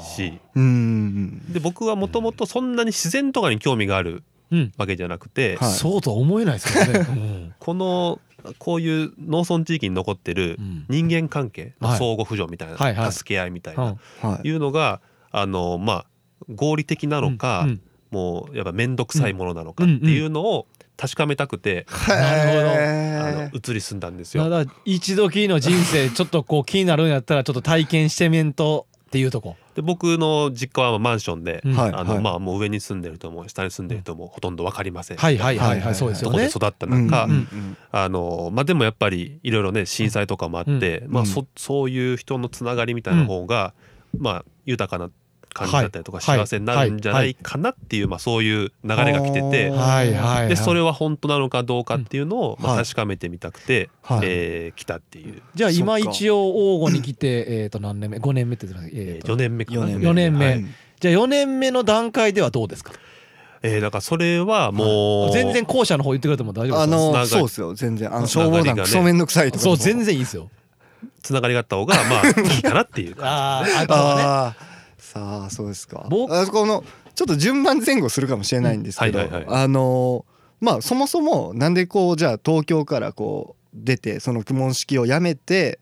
S3: し
S1: うーん
S3: で僕はもともとそんなに自然とかに興味がある
S2: うん
S3: わけじゃなくて、
S1: はい
S2: そうとは思えないですからね。
S3: このこういう農村地域に残ってる
S2: うん
S3: 人間関係、まあ
S2: はい
S3: 相互扶助みたいな、
S2: はいはい
S3: 助け合いみたい
S2: うん
S3: な、
S1: はい
S3: いうのがあのまあ合理的なのか、
S2: うん
S3: もうやっぱ面倒くさいものなのかっていうのを確かめたくて、あの
S1: へ
S3: 移り住んだんです
S2: うん
S3: よ。
S2: ただ一度きりの人生ちょっとこう気になるんやったらちょっと体験してみんとっていうとこ。
S3: で僕の実家はマンションで、
S2: うん
S1: はい
S3: あのまあもう上に住んでるとも下に住んでるともほとんど分かりません、
S2: はいはいはい
S1: はい
S2: は
S1: はいい
S2: そうです
S3: ど
S2: よ
S3: こで
S2: ね。
S3: 育ったのか、
S1: うんうん
S3: あのまあ、でもやっぱりいろいろね震災とかもあって、
S1: うん
S3: ま
S1: うん
S3: あ、そそういう人のつながりみたいな方が、まあ、豊かな感じだったりとか
S2: はいはい
S3: 幸せになるんじゃないかなっていう、まあ、そういう流れが来てて、
S1: あ
S2: はいはいはい。
S3: でそれは本当なのかどうかっていうのを、
S1: うん
S3: まあ、
S1: はい
S3: 確かめてみたくて、
S1: はい
S3: えー来たっていう、
S2: じゃあ今
S1: そっか
S2: 一応黄金に来てえっと何年目？五年目って言ってました
S3: え
S2: えー
S3: 4
S2: と
S3: 年目かな
S1: 四年
S2: 四年
S3: は
S2: 目
S3: い。
S2: じゃあ四年目の段階ではどうですか？
S3: えーだからそれはもう、
S2: 全然後者の方言ってくれても大丈夫
S1: あ
S2: です
S3: つなが
S1: の
S3: り
S1: そうですよ全然あの
S3: つなが
S1: 消
S3: りがね
S1: 防団クソめんどくさいと
S2: か？
S1: か
S2: そう全
S1: 然
S2: 然いいですよ。
S3: つながりがあった方がまあいいかなっていうか
S2: あーあとはね。
S1: ああ さあそうですか
S2: 僕
S1: あそこのちょっと順番前後するかもしれないんですけど
S3: うんはいはいは
S1: あのまあそもそもなんでこうじゃあ東京からこう出てその苦問式をやめて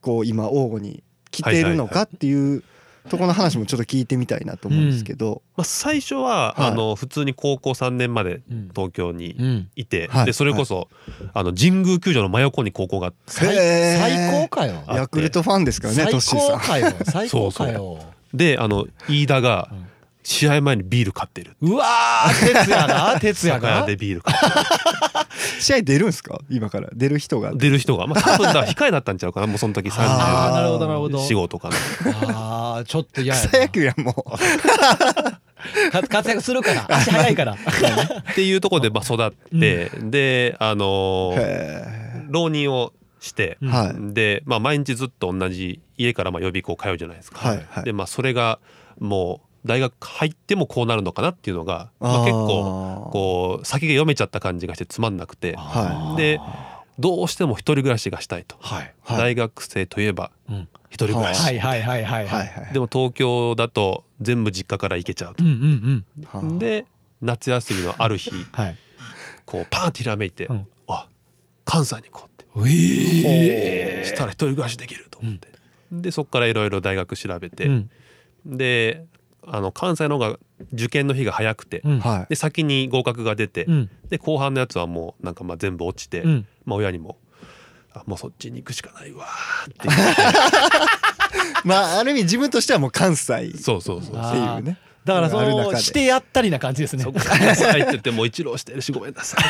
S1: こう今王吾に来てるのかっていうところの話もちょっと聞いてみたいなと思うんですけど
S3: まあ、最初は、
S1: はい
S3: あの普通に高校3年まで
S2: うん
S3: 東京に
S2: うん。
S3: いて、
S1: はい
S3: でそれこそ、あの神宮球場の真横に高校があって
S2: 最
S1: へー
S2: 最高かよ。
S3: あ
S1: ヤクルトファンですからね
S2: 最
S1: トッシーさ
S2: 高
S1: ん
S2: かよ。最
S3: そ
S2: 高
S3: うそう
S2: かよ。
S3: であの飯田が
S2: うん
S3: 試合前にビール買ってる。
S2: うわー、哲也 な、哲也
S3: 酒屋
S2: が。
S3: でビール買ってる
S1: 試合出るんですか今から出る人が
S3: 出る人が、まあ、多分だから控えだったんちゃうかなもうその時
S2: あ
S3: 34
S2: あ、なるほど、なるほど。
S3: 号とかの
S2: ああ、ちょっと嫌や
S1: 草野球やんもう
S2: な。か活躍するから、足早いから。
S3: っていうところでまあ育って、であのー
S1: へ
S3: 浪人をして、
S1: ーはい
S3: で、まあ、毎日ずっと同じ家からまあ予備校通うじゃないですか、
S1: はいはい
S3: でまあそれがもう大学入ってもこうなるのかなっていうのが、まあ、結構こう先が読めちゃった感じがしてつまんなくて
S1: は
S3: でどうしても一人暮らしがしたいと、
S2: はい。
S1: はい
S3: 大学生といえば
S2: うん
S3: 一人暮らし、
S2: はいはいはいはい
S1: い
S2: は
S1: はい
S2: い。
S1: はい
S3: でも東京だと全部実家から行けちゃう
S2: うんうんうん。
S1: はあ
S3: で夏休みのある日
S2: はい。
S3: こうパーンってひらめいて、
S2: うん
S3: あ関西に行こうって
S2: え
S3: したら一人暮らしできると思って、でそっからいろいろ大学調べて、
S2: うん
S3: であの関西の方が受験の日が早くて、
S2: うん。
S1: はい
S3: で先に合格が出て、
S2: うん
S3: で後半のやつはもうなんかまあ全部落ちて、
S2: うん
S3: まあ、親にも「あもうそっちに行くしかないわ」って言って
S1: まあある意味自分としてはもう関西 って
S3: そうそうそう
S2: あ
S1: いうね
S2: だからそ
S1: ある中
S2: の
S1: で
S2: してやったりな感じですね
S3: そ。こから入っててもう一浪してるしごめんなさい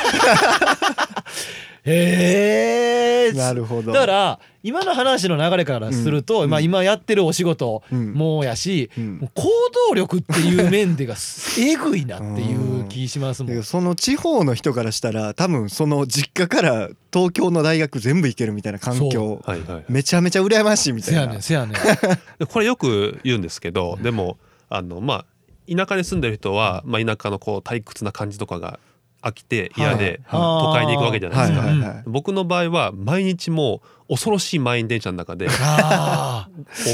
S2: へえ。
S1: なるほど
S2: だから今の話の流れからすると、
S1: うん
S2: まあ、今やってるお仕事
S1: うん
S2: もやし、
S1: うん
S2: もう行動力っていう面でがえぐいなっていう気します
S1: だ
S2: も
S1: け
S2: ん。
S1: どその地方の人からしたら多分その実家から東京の大学全部行けるみたいな環境
S3: はいはい
S1: めちゃめちゃ羨ましいみた
S2: せ
S1: い
S2: や
S1: な
S2: ねんせ やねん。
S3: でこれよく言うんですけどでもあのまあ田舎に住んでる人は、まあ、田舎のこう退屈な感じとかが飽きて嫌で、
S2: はいは
S3: 都
S2: い
S3: 会に行くわけじゃないで
S1: は
S3: す
S1: い
S3: か、
S1: はいは
S3: 僕の場合は毎日もう恐ろしい満員電車の中で
S2: あ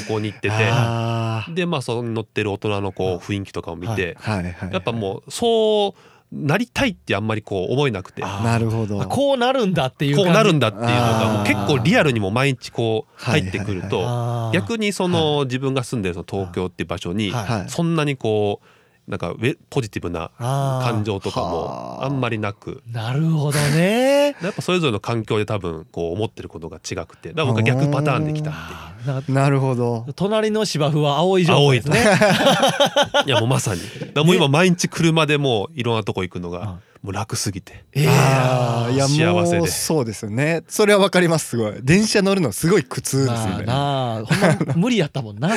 S3: 高校に行って
S1: い
S3: て
S1: あ
S3: でまあその乗ってる大人のこう雰囲気とかを見て
S1: ーはいはい
S3: やっぱもうそうなりたいってあんまりこう思えなくて
S2: あ
S1: なるほど
S2: あこうなるんだっていう
S3: こうなるん
S2: だ
S3: だっていうのがもう結構リアルにも毎日こう
S1: はい
S3: 入ってくる
S1: はい
S3: と、
S2: に
S3: 逆にその自分が住んでるその東京っていう場所に
S2: はい
S3: そんなにこうなんかウェポジティブな感
S2: 感
S3: 情とかも
S1: はあ
S3: あんまりなく
S2: なるほどね
S3: やっぱそれぞれの環境で多分こう思ってることが違くてだから僕は逆パターンできたっていう
S2: あーなん か
S1: なるほど
S2: 隣の芝生は青い状
S3: 青
S2: 態
S3: い
S2: です
S3: と
S2: ね
S3: ね いやもうまさにだからもう今毎日車でもういろんなとこ行くのがもう楽すぎて
S2: えー
S1: あーいや
S3: 幸せ
S1: も
S3: で
S1: うそうですよねそれはわかりますすごい電車乗るのすごい苦痛です
S2: ま
S1: よ
S2: あ
S1: ね
S2: なあほんま無理やったもんな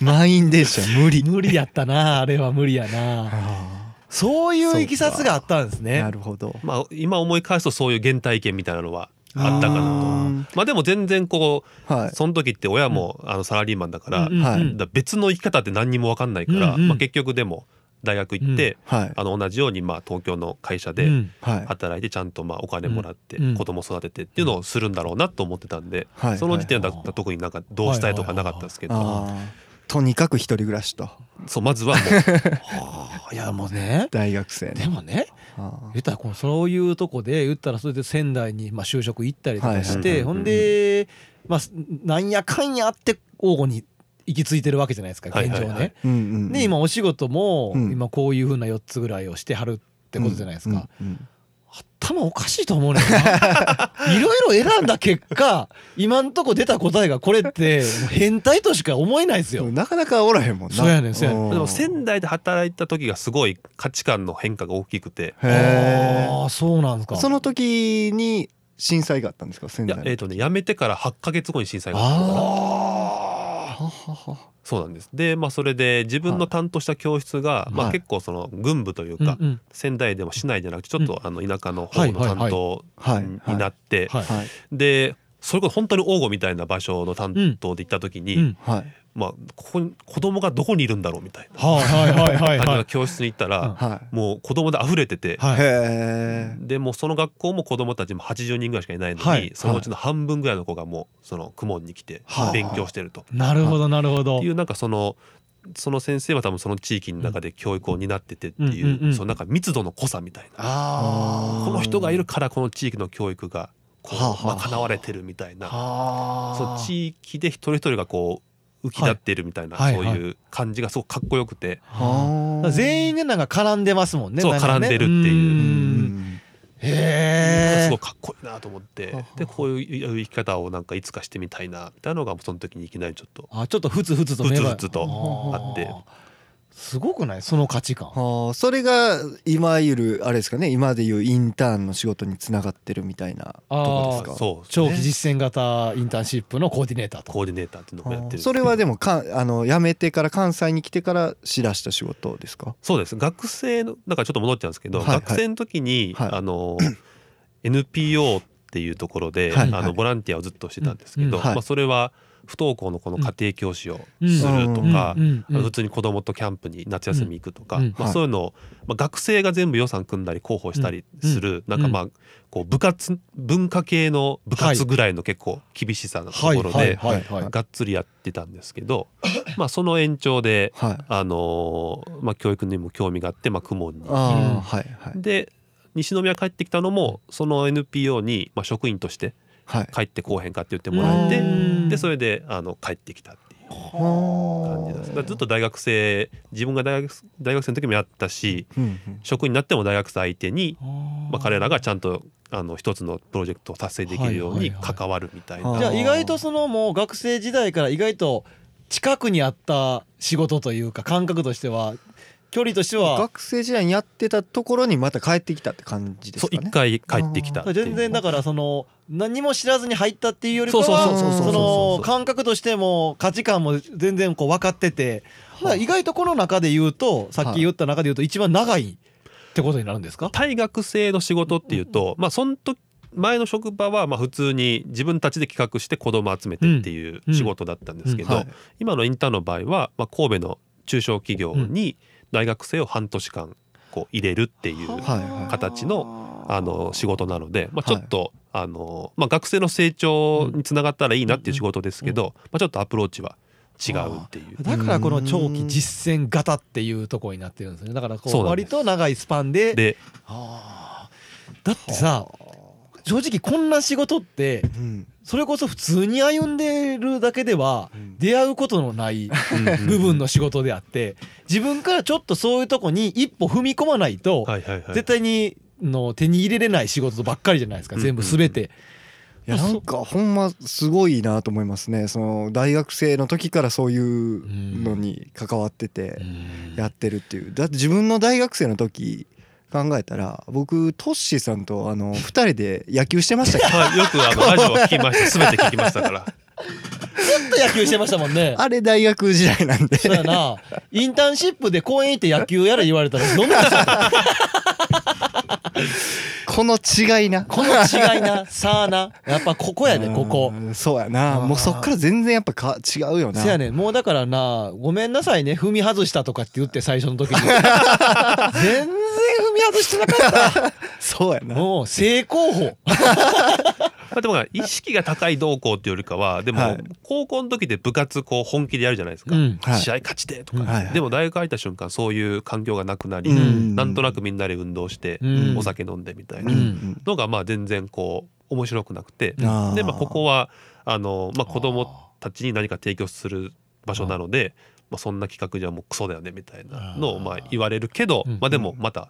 S1: 満員電車無理
S2: 無理やったなあれは無理やな
S1: あ
S2: そういういきさつがあったんです
S1: ー
S2: ね
S1: なるほど
S3: まあ今思い返すとそういう原体験みたいなのはあったかなと
S1: うん
S3: まあでも全然こう
S1: はい
S3: その時って親もあのサラリーマンだから、
S2: うんうんうん
S1: はい
S3: だから別の生き方って何にも分かんないから、
S2: うんうん
S3: まあ、結局でも大学行って、
S1: はい
S3: あの同じようにまあ東京の会社
S2: う
S3: で
S2: ん
S1: はい
S3: 働いてちゃんとまあお金もらって
S2: うん
S3: 子供育ててっていうのをするんだろうなと思ってたんで、
S1: はい
S3: その時点だ
S2: は
S3: っ
S2: いはい
S3: た特になんかどうしたいとかなかったんですけど、
S1: あーとにかく一人暮らしと
S3: そうまずはも
S2: いやもうね
S1: 大学生
S2: で
S1: ね
S2: もね
S1: あー
S2: 言ったらこのそういうとこで言ったらそれで仙台にまあ就職行ったりとか
S3: は
S2: し
S3: いはい
S2: て
S3: はい
S2: ほんでまあなんやかんやあって王吾に行き着いてるわけじゃないですか現
S3: はい
S2: 状
S3: はいは
S2: ね
S3: い。
S1: うんうんうん
S2: で今お仕事も
S1: うん
S2: 今こういうふうな4つぐらいをしてはるってことじゃないですか。
S1: うんうんうん
S2: 頭おかしいと思うねんないろいろ選んだ結果今んとこ出た答えがこれってもう変態としか思えないです
S1: でも
S2: よ。
S1: なかなかおらへんもんな
S2: そうやねんそうやねん
S3: うでも仙台で働いた時がすごい価値観の変化が大きくて
S1: へー
S2: ああそうなんですか。
S1: その時に震災があったんですか仙
S3: いや
S1: 台、
S3: えーとね、辞めてから8ヶ月後に震災があったのかな
S1: は
S2: あ
S1: はは
S3: そうなんですで、まあ、それで自分の担当した教室が、
S1: い
S3: ま
S1: は
S3: あ、
S1: い
S3: 結構その軍部という
S2: あ。うん
S3: か、
S2: うん
S3: 仙台でも市内じゃなくてちょっとあの田舎の方の担当
S1: はい
S3: に
S1: はい
S3: になって
S2: はい。
S1: はい
S3: でそれこそ本当に王吾みたいな場所の担当で行った時に、
S2: うん
S1: はい
S3: まあ、ここに子供がどこにいるんだろうみたい
S2: はいはいは
S3: ない感じ
S2: は
S3: の
S2: い。
S3: 教室に行ったら、
S1: は
S3: もう子供で溢れてて、
S1: い
S2: はい。
S1: へえ
S3: でもうその学校も子供たちも80人ぐらいしかいないのに、
S2: はい
S3: そのうちの半分ぐらいの子がもうその公文に来て
S1: はい
S3: 勉強してると。
S2: なるほどなるほ
S3: っ
S2: ど
S3: てい。うなんかそのその先生は多分その地域の中で教育を担っててっていう,、
S2: うんうんうん
S3: そのなんか密度の濃さみたいな
S2: あ
S3: この人がいるからこの地域の教育がこ
S1: はあは
S3: う
S1: あ
S3: 賄われてるみたいな
S2: あ
S3: そう地域で一人一人がこう浮き立ってるみたいな、
S2: はい
S3: そう
S2: はい
S3: いう感じがすごくかっこよくて、
S1: はあ
S2: 全員がなんか絡んでますもんね。
S3: そう
S2: なんか
S3: 絡
S2: ね
S3: んでるっていう
S1: うん
S2: ん
S3: す
S2: へえ
S3: ごい。かっこいいなと思って、
S1: はあはあ
S3: でこういう生き方をなんかいつかしてみたいなみたいなのがその時にいきなりちょっと
S2: あちょっとふつふつと芽生え
S3: ふつふつとあって
S2: ーすごくないその価値観。
S1: はあそれがいわゆるあれですかね今でいうインターンの仕事につながってるみたいなとこですか
S3: そうですね
S2: 長期実践型インターンシップのコーディネーターとか。
S3: コーディネーターっていうのもやってる
S1: それはでもかあの辞めてから関西に来てからしらした仕事ですか
S3: そうです学生のだからちょっと戻っちゃうんですけど、
S1: はいはい
S3: 学生の時に、
S1: はい
S3: あの NPO っていうところで、
S1: はい
S3: あ
S1: はい
S3: のボランティアをずっとしてたんですけ
S2: うん
S3: ど、
S1: うんはい
S3: まあ、それは不登校の子の家庭教師をすると
S1: うん
S3: か、
S2: うんうんうん
S3: 普通に子供とキャンプに夏休み行くとか、
S2: うん
S3: ま
S1: は
S3: あ、
S1: い
S3: そういうのを、まあ、学生が全部予算組んだり候補したりする、なんかまあこう部活文化系の部活ぐらいの結構厳しさのとこ
S2: はい
S3: ろ
S2: はい
S3: で
S2: はいはい。
S3: がっつりやってたんですけ ど、まあ、その延長で
S1: はい
S3: あのーまあ、教育にも興味があって、まあ、公文に。
S1: ああ、
S2: うん
S1: はいはい
S3: で西宮帰ってきたのもその NPO に、まあ、職員として
S1: はい
S3: 帰ってこうへんかって言ってもらえて
S2: うん
S3: でそれであの帰ってきたっていう感じですだからずっと大学生自分が大学大学生の時もやったし
S1: うんうん
S3: 職員になっても大学生相手に、まあ、彼らがちゃんとあの一つのプロジェクトを達成できるよう
S2: はい
S3: に
S2: はいはい
S3: 関わるみたい
S1: あー
S2: じ
S3: な
S2: ゃあ意外とそのもう学生時代から意外と近くにあった仕事というか感覚としては距離としては
S1: 学生時代にやってたところにまた帰ってきたって感じです
S3: そう
S1: かね
S3: 一回帰ってきたっていう
S2: 全然だからその何も知らずに入ったっていうより
S3: そ
S2: か
S3: う
S1: そうそうそうそうそう
S2: はその感覚としても価値観も全然こう分かっててまあ意外とこの中で言うとさっき言った中で言うと一番長いってことになるんですか
S3: 対学生の仕事っていうと、まあその時前の職場はまあ普通に自分たちで企画して子供集めてっていう
S2: うん
S3: 仕事だったんですけ
S1: うん
S3: ど
S1: はい
S3: 今のインターンの場合はまあ神戸の中小企業に大学生を半年間こう入れるっていう
S1: はいはい
S3: 形のあの仕事なので、まあ、ちょっとあのまあ学生の成長につながったらいいなっていう仕事ですけど、まあ、ちょっとアプローチは違うっていう。
S2: だからこの長期実践型っていうところになってるんですねだからこ
S3: そうなん
S2: う
S3: で
S2: 割
S3: す
S2: と長いスパンで
S3: で
S2: あーだってさ正直こんな仕事って
S1: うん
S2: それこそ普通に歩んでるだけでは出会うことのない部分の仕事であって自分からちょっとそういうとこに一歩踏み込まないと
S3: はいはいはい、
S2: 絶対にの手に入れれない仕事ばっかりじゃないですか全部全て。
S1: いやなんかほんますごいなと思いますねその大学生の時からそういうのに関わっててやってるっていうだって自分の大学生の時考えたら僕トッシーさんとあ の2人で野球してましたから
S3: はい、よくあのラジオは聞きました全て聞きましたから
S2: ずっと野球してましたもん ね。
S1: あれ大学時代なんで
S2: そうやな。インターンシップで公園行って野球やら言われたら飲むんですよ。
S1: この違いな
S2: この違い な、さあな。やっぱここやで、ここ。
S1: うんそうやなもうそっから全然やっぱか違うよな
S2: せやねんもうだからなごめんなさいね踏み外したとかって言って最初の時 に全然踏み外してなかっ
S1: そうや
S2: た
S1: な
S2: もう正攻法
S3: まあ、でも意識が高いどうこうっていうよりかはで
S1: は
S3: も
S1: い
S3: 高校の時で部活こう本気でやるじゃないですか、
S2: うん
S1: はい
S3: 試合勝ちてとか、
S1: はいはい
S3: でも大学入った瞬間そういう環境がなくなり、
S1: うん
S3: なんとなくみんなで運動して、
S2: うん
S3: お酒飲んでみたい
S2: うん
S3: なのがまあ全然こう面白くなくて、
S2: うん
S1: あー
S3: でまあここはあの、まあ、子供たちに何か提供する場所なのでまあ、そんな企画じゃもうクソだよねみたいなのをまあ言われるけど
S2: うんうん
S3: まあ、でもまた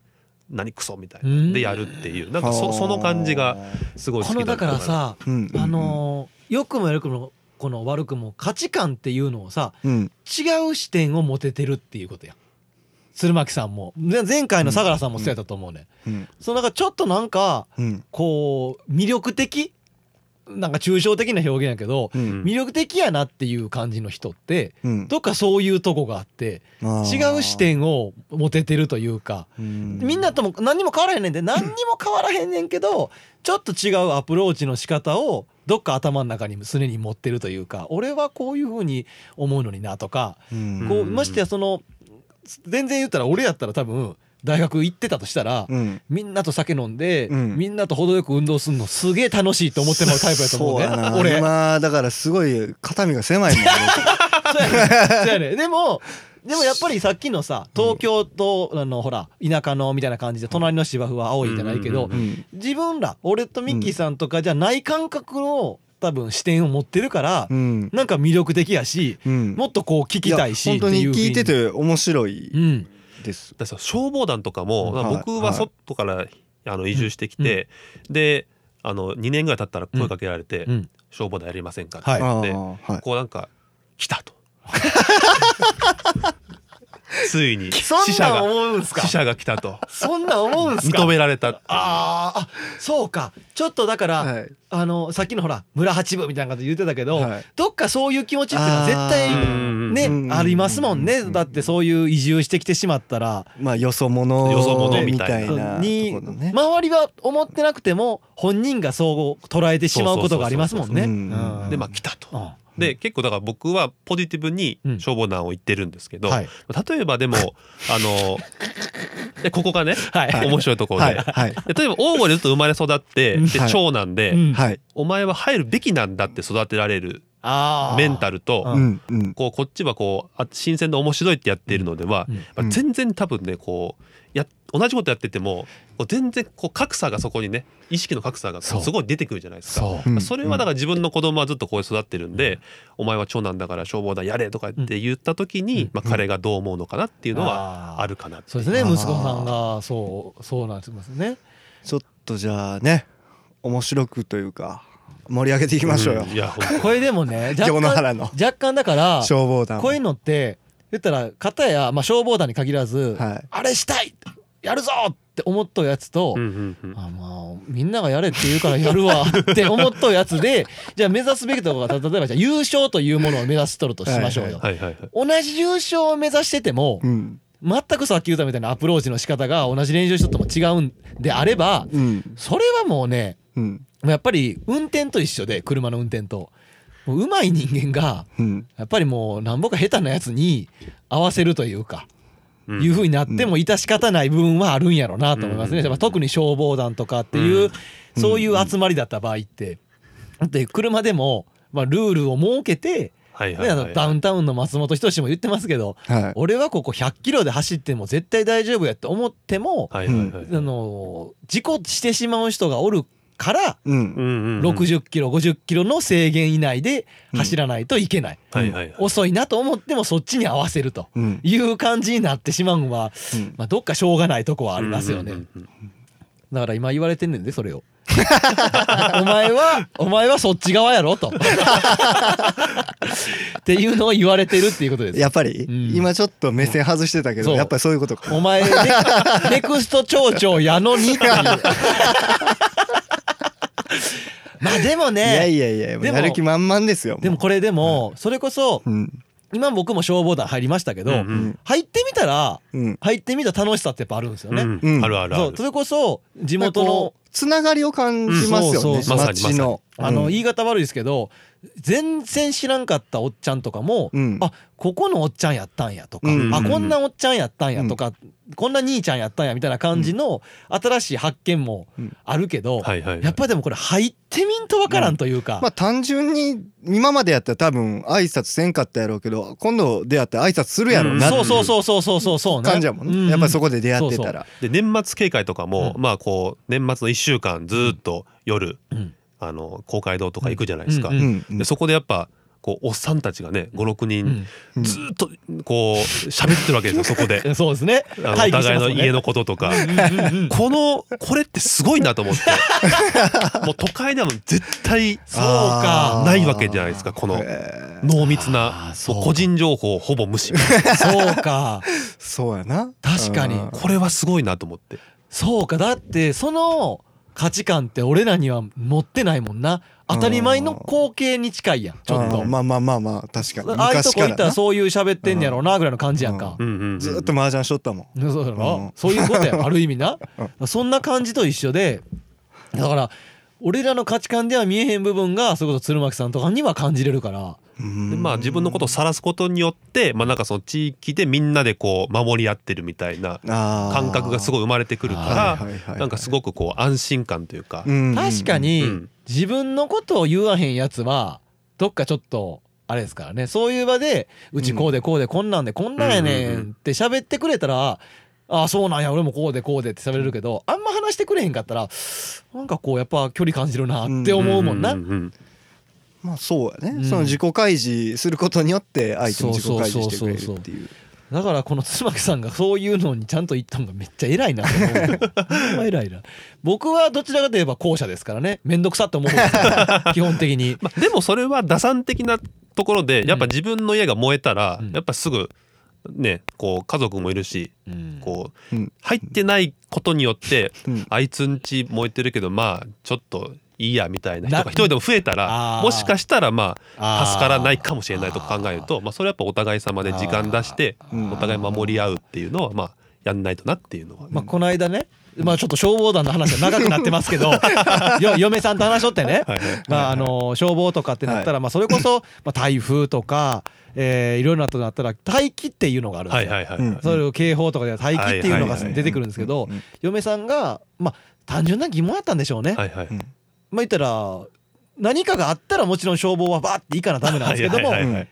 S3: 何クソみたいうなんでやるっていうなんかそその感じがすごい好
S2: こ
S3: き
S2: の
S3: な
S2: だからさ
S1: うん
S2: あのー良くも悪くもこの悪くも価値観っていうのをさ
S1: うん
S2: 違う視点を持ててるっていうことや鶴巻さんもね前回の相良さんもそうやったと思うね、
S1: うん
S2: そのなんかちょっとなんか
S1: うん
S2: こう魅力的なんか抽象的な表現やけど
S1: う
S3: うん
S1: ん
S2: 魅力的やなっていう感じの人って
S1: うん
S2: どっかそういうとこがあって
S1: あ
S2: 違
S1: ー
S2: う視点を持ててるというか
S1: うん
S2: みんなとも何にも変わらへんねんで何にも変わらへんねんけどちょっと違うアプローチの仕方をどっか頭の中に常に持ってるというか俺はこういうふうに思うのになとか
S1: うん
S2: こう
S3: うん
S2: ましてやその全然言ったら俺やったら多分大学行ってたとしたら
S1: うん
S2: みんなと酒飲んで、
S1: うん
S2: みんなと程よく運動するのすげえ楽しいと思ってもらうタイプやと思うね
S1: そやな
S2: 俺
S1: まあだからすごい肩身が狭い もんね
S2: そうやねそうやねでもでもやっぱりさっきのさ東京とあのほら田舎のみたいな感じで隣の芝生は青いじゃないけど、
S3: うん
S1: うん
S2: 自分ら俺とミッキーさんとかじゃない感覚の多分視点を持ってるから、
S1: うん
S2: なんか魅力的やし
S1: うん
S2: もっとこう聞きたいし
S1: や本当に聞いて
S2: って
S1: て面白
S2: いうふう
S1: い
S2: にうん
S1: です
S3: だからさ消防団とかも、
S1: はい
S3: 僕は外からあの移住してきて、であの2年ぐらい経ったら声かけられて「
S2: うん
S3: 消防団やりませんか?」って
S2: はい
S3: 言
S1: あ
S3: って、
S1: ーはい
S3: こうなんか「来 た」と。ついに
S2: そ
S3: 死
S2: ん
S3: 者
S2: なん
S3: が
S2: 思うんすか
S3: 死者が来たと
S2: そんなん思うんすか
S3: 認められたっていう
S2: あーあそうかちょっとだから、
S1: はい
S2: あのさっきのほら村八分みたいなこと言ってたけど、
S1: はい
S2: どっかそういう気持ちっていうのは絶対
S1: あー
S3: うん
S2: ね、
S1: うん
S2: ありますもんね、
S1: うん
S2: だってそういう移住してきてしまったら、
S1: まあよそ者
S3: よそ者み
S1: み
S3: た
S1: た
S3: い
S1: い
S3: な
S1: なと
S2: に
S1: ころね
S2: 周りは思ってなくても本人がそう捉えてしまうことがありますもんね。
S1: そうそうそうそううん
S3: でまあ来たと。
S2: あ
S3: で結構だから僕はポジティブに
S2: うん
S3: 消防団を言ってるんですけど、
S2: はい
S3: 例えばでもあ のでここがね
S2: はい
S3: 面白いところで,、
S1: はいはい
S3: で例えば大郷でずっと生まれ育って
S2: うん
S3: で
S1: はい
S3: 長男で、
S2: うん
S1: はい
S3: お前は入るべきなんだって育てられる
S2: あー
S3: メンタルと
S2: あ
S1: う
S2: ー
S1: んうん
S3: こうこっちはこうあ新鮮で面白いってやっているのでは、
S2: うん
S3: やっぱ全然多分ねこうや同じことやっててもこう全然こう格差がそこにね意識の格差がこ
S2: そう
S3: うすごい出てくるじゃないですか。
S2: そうう、
S1: ん
S3: それはだから自分の子供はずっとこう育ってるんで、お前は長男だから消防団やれとかって言った時に、
S2: うん
S3: まあ、彼がどう思うのかなっていうの
S2: あ
S3: は
S2: ー
S3: あるかなって
S2: そうですね
S1: あー
S2: 息子さんがそうそうなってますね。
S1: ちょっとじゃあね面白くというか盛り上げていきましょうよ
S3: んいやほん
S2: これでも ね若
S1: 城野
S2: 干
S1: 原の
S2: 若干だから
S1: 消防団
S2: こういうのって言ったら片や、まあ、消防団に限らず、
S1: はい
S2: あれしたいやるぞって思っとうやつと、
S3: うんうんうん
S2: あまあみんながやれって言うからや るわって思っとうやつでじゃあ目指すべきところがた例えばじゃあ優勝というものを目指しとるとしましょうよ。
S3: はいはいはい
S2: 同じ優勝を目指してても
S1: うん
S2: 全くさっき言ったみたいなアプローチの仕方が同じ練習しとっても違うんであれば
S1: うん
S2: それはもうね
S1: うん
S2: やっぱり運転と一緒で車の運転と。もう上手い人間が
S1: うん
S2: やっぱりもうなんぼか下手なやつに合わせるというか、
S3: うん
S2: いうふうになっても致し方ない部分はあるんやろうなと思いますね、
S3: うん
S2: まあ特に消防団とかっていう、
S3: うん
S2: そういう集まりだった場合ってだって車でも、まあ、ルールを設けて
S3: はいはい
S2: ね、あのダウンタウンの松本人志も言ってますけど、
S1: はい
S2: 俺はここ100キロで走っても絶対大丈夫やって思っても、
S3: はいはいはい。
S2: あの事故してしまう人がおるから、
S1: うん
S3: うん
S2: 60キロ50キロの制限以内で走らないといけない、
S3: はいはいはい。
S2: 遅いなと思ってもそっちに合わせると
S1: うん
S2: いう感じになってしまうのは、
S1: うん
S2: まあ、どっかしょうがないとこはありますよね、
S3: うんうんうん
S2: だから今言われてんねんでそれを お前はお前はそっち側やろとっていうのを言われてるっていうことです
S1: やっぱり、
S2: うん
S1: 今ちょっと目線外してたけ
S2: そ
S1: ど
S2: う
S1: やっぱりそういうことか
S2: お前ネネクスト町長やのにっていう まあでもね
S1: いやいやいやもう
S2: でも
S1: やる気満々ですよう
S2: でもこれでもそれこそ
S1: うん
S2: 今僕も消防団入りましたけど、
S3: うんうん
S2: 入ってみたら
S1: うん
S2: 入ってみた楽しさってやっぱあるんですよね、
S3: うんあるあるあ
S2: そ
S3: る
S2: うそ。れこそ地元の
S1: こうつながりを感じますよね、
S2: うんそうそう
S3: そう
S1: 街の
S2: あの
S1: うん
S2: 言い方悪いですけど全然知らんかったおっちゃんとかも、
S1: うん
S2: あここのおっちゃんやったんやとか、
S1: うん
S2: あこんなおっちゃんやったんやとか、こんな兄ちゃんやったんやみたいな感じの新しい発見もあるけど、
S3: はいはい。
S2: やっぱでもこれ入ってみんとわからんというか、
S1: まあ単純に今までやったら多分挨拶せんかったやろうけど今度出会って挨拶するやろうなっ
S2: そ
S1: て
S2: うそうそうそうそうそうそうね
S1: 感じやもんね、やっぱりそこで出会ってたら
S3: で年末警戒とかも、
S2: う
S3: まあこう年末の1週間ずーっと夜、
S2: うん
S3: あの公会堂とか行くじゃないですか、
S2: うんうん
S1: うんうん
S3: でそこでやっぱこうおっさんたちがね56
S2: う
S3: 人
S2: ん
S1: うん
S3: ずーっとこう喋ってるわけですよそこ で
S2: うんそうですね
S3: あのお互いの家のこととか。 このこれってすごいなと思って もう都会では絶対
S2: そうか
S1: あー
S3: ないわけじゃないですかこの
S1: へー
S3: 濃密
S2: あー
S3: な
S2: そう
S3: もう個人情報ほぼ 無視
S2: そうか
S1: そうやな
S2: 確かに
S1: うん
S3: これはすごいなと思って
S2: そうかだってその価値観って俺らには持ってないもんな当たり前の光景に近いやんちょっ
S1: う
S2: と
S1: んまあまあまあまあ確かに
S2: ああいうと
S1: 昔
S2: こ
S1: か
S2: 行っ
S1: ら
S2: たら
S1: な
S2: そういう喋ってんねやろうなぐらいの感じやんか
S3: うんうんうん
S1: ずーっと麻雀しとったもん
S2: うんそうだろ、
S1: うん
S2: そういうことやある意味なそんな感じと一緒でだから俺らの価値観では見えへん部分がそれこそ鶴巻さんとかには感じれるから
S1: うん
S3: でまあ自分のことを晒すことによってまあなんかその地域でみんなでこう守り合ってるみたいな
S1: 感
S3: 感覚がすごい生まれてくるから
S1: ら
S3: なんかすごくこう安心感というか
S2: 確かに
S3: うん
S2: 自分のことを言わへんやつはどっかちょっとあれですからねそういう場でうちこうでこうでこんなんでこんなんやねんって喋ってくれたらああそうなんや俺もこうでこうでって喋れるけどあんま話してくれへんかったらなんかこうやっぱ距離感じるなって思うもんな。
S3: うううん
S1: まあそうやね、
S2: うん
S1: その自己開示することによって相手も自己開示してくれ
S2: そうそうそうそう
S1: るっていう
S2: だからこの妻木さんがそういうのにちゃんと言ったのがめっちゃ偉いな と思うほんま偉いな僕はどちらかといえば後者ですからね面倒くさって思うんですけ ど基本的に
S3: まあでもそれは打算的なところでやっぱ自分の家が燃えたら
S2: うん
S3: やっぱすぐねこう家族もいるし
S2: うん
S3: こう
S1: うん
S3: 入ってないことによって
S1: うん
S3: あいつんち燃えてるけどまあちょっといいやみたいな人
S2: な
S3: が一人でも増えた
S2: あ
S3: ら
S2: ー
S3: もしかしたらま
S2: あ
S3: あ
S2: ー
S3: 助からないかもしれないと考えるとまあそれはやっぱお互い様で時間出して
S1: うん
S3: お互い守り合うっていうのはまあやんないとなっていうのは
S2: まあ、この間ね、まあ、ちょっと消防団の話が長くなってます けどよ嫁さんと話しとってね、
S3: はいはい
S2: まあ、あの消防とかってなったら、まあ、それこそ、まあ、台風とか、えーいろいろなとなったら待機っていうのがあるんです
S3: はい
S2: よ。
S3: はいはい、
S1: う
S3: うんん
S2: それを警報とかでは待機っていうのが
S3: はいはいはい
S2: 出てくるんですけど
S1: うんうん
S2: 嫁さんがまあ単純な疑問やったんでしょうね。
S3: はいはい
S1: うん
S2: まあ言ったら何かがあったらもちろん消防はバーっていかなダメなんですけども
S3: はいはいはいはい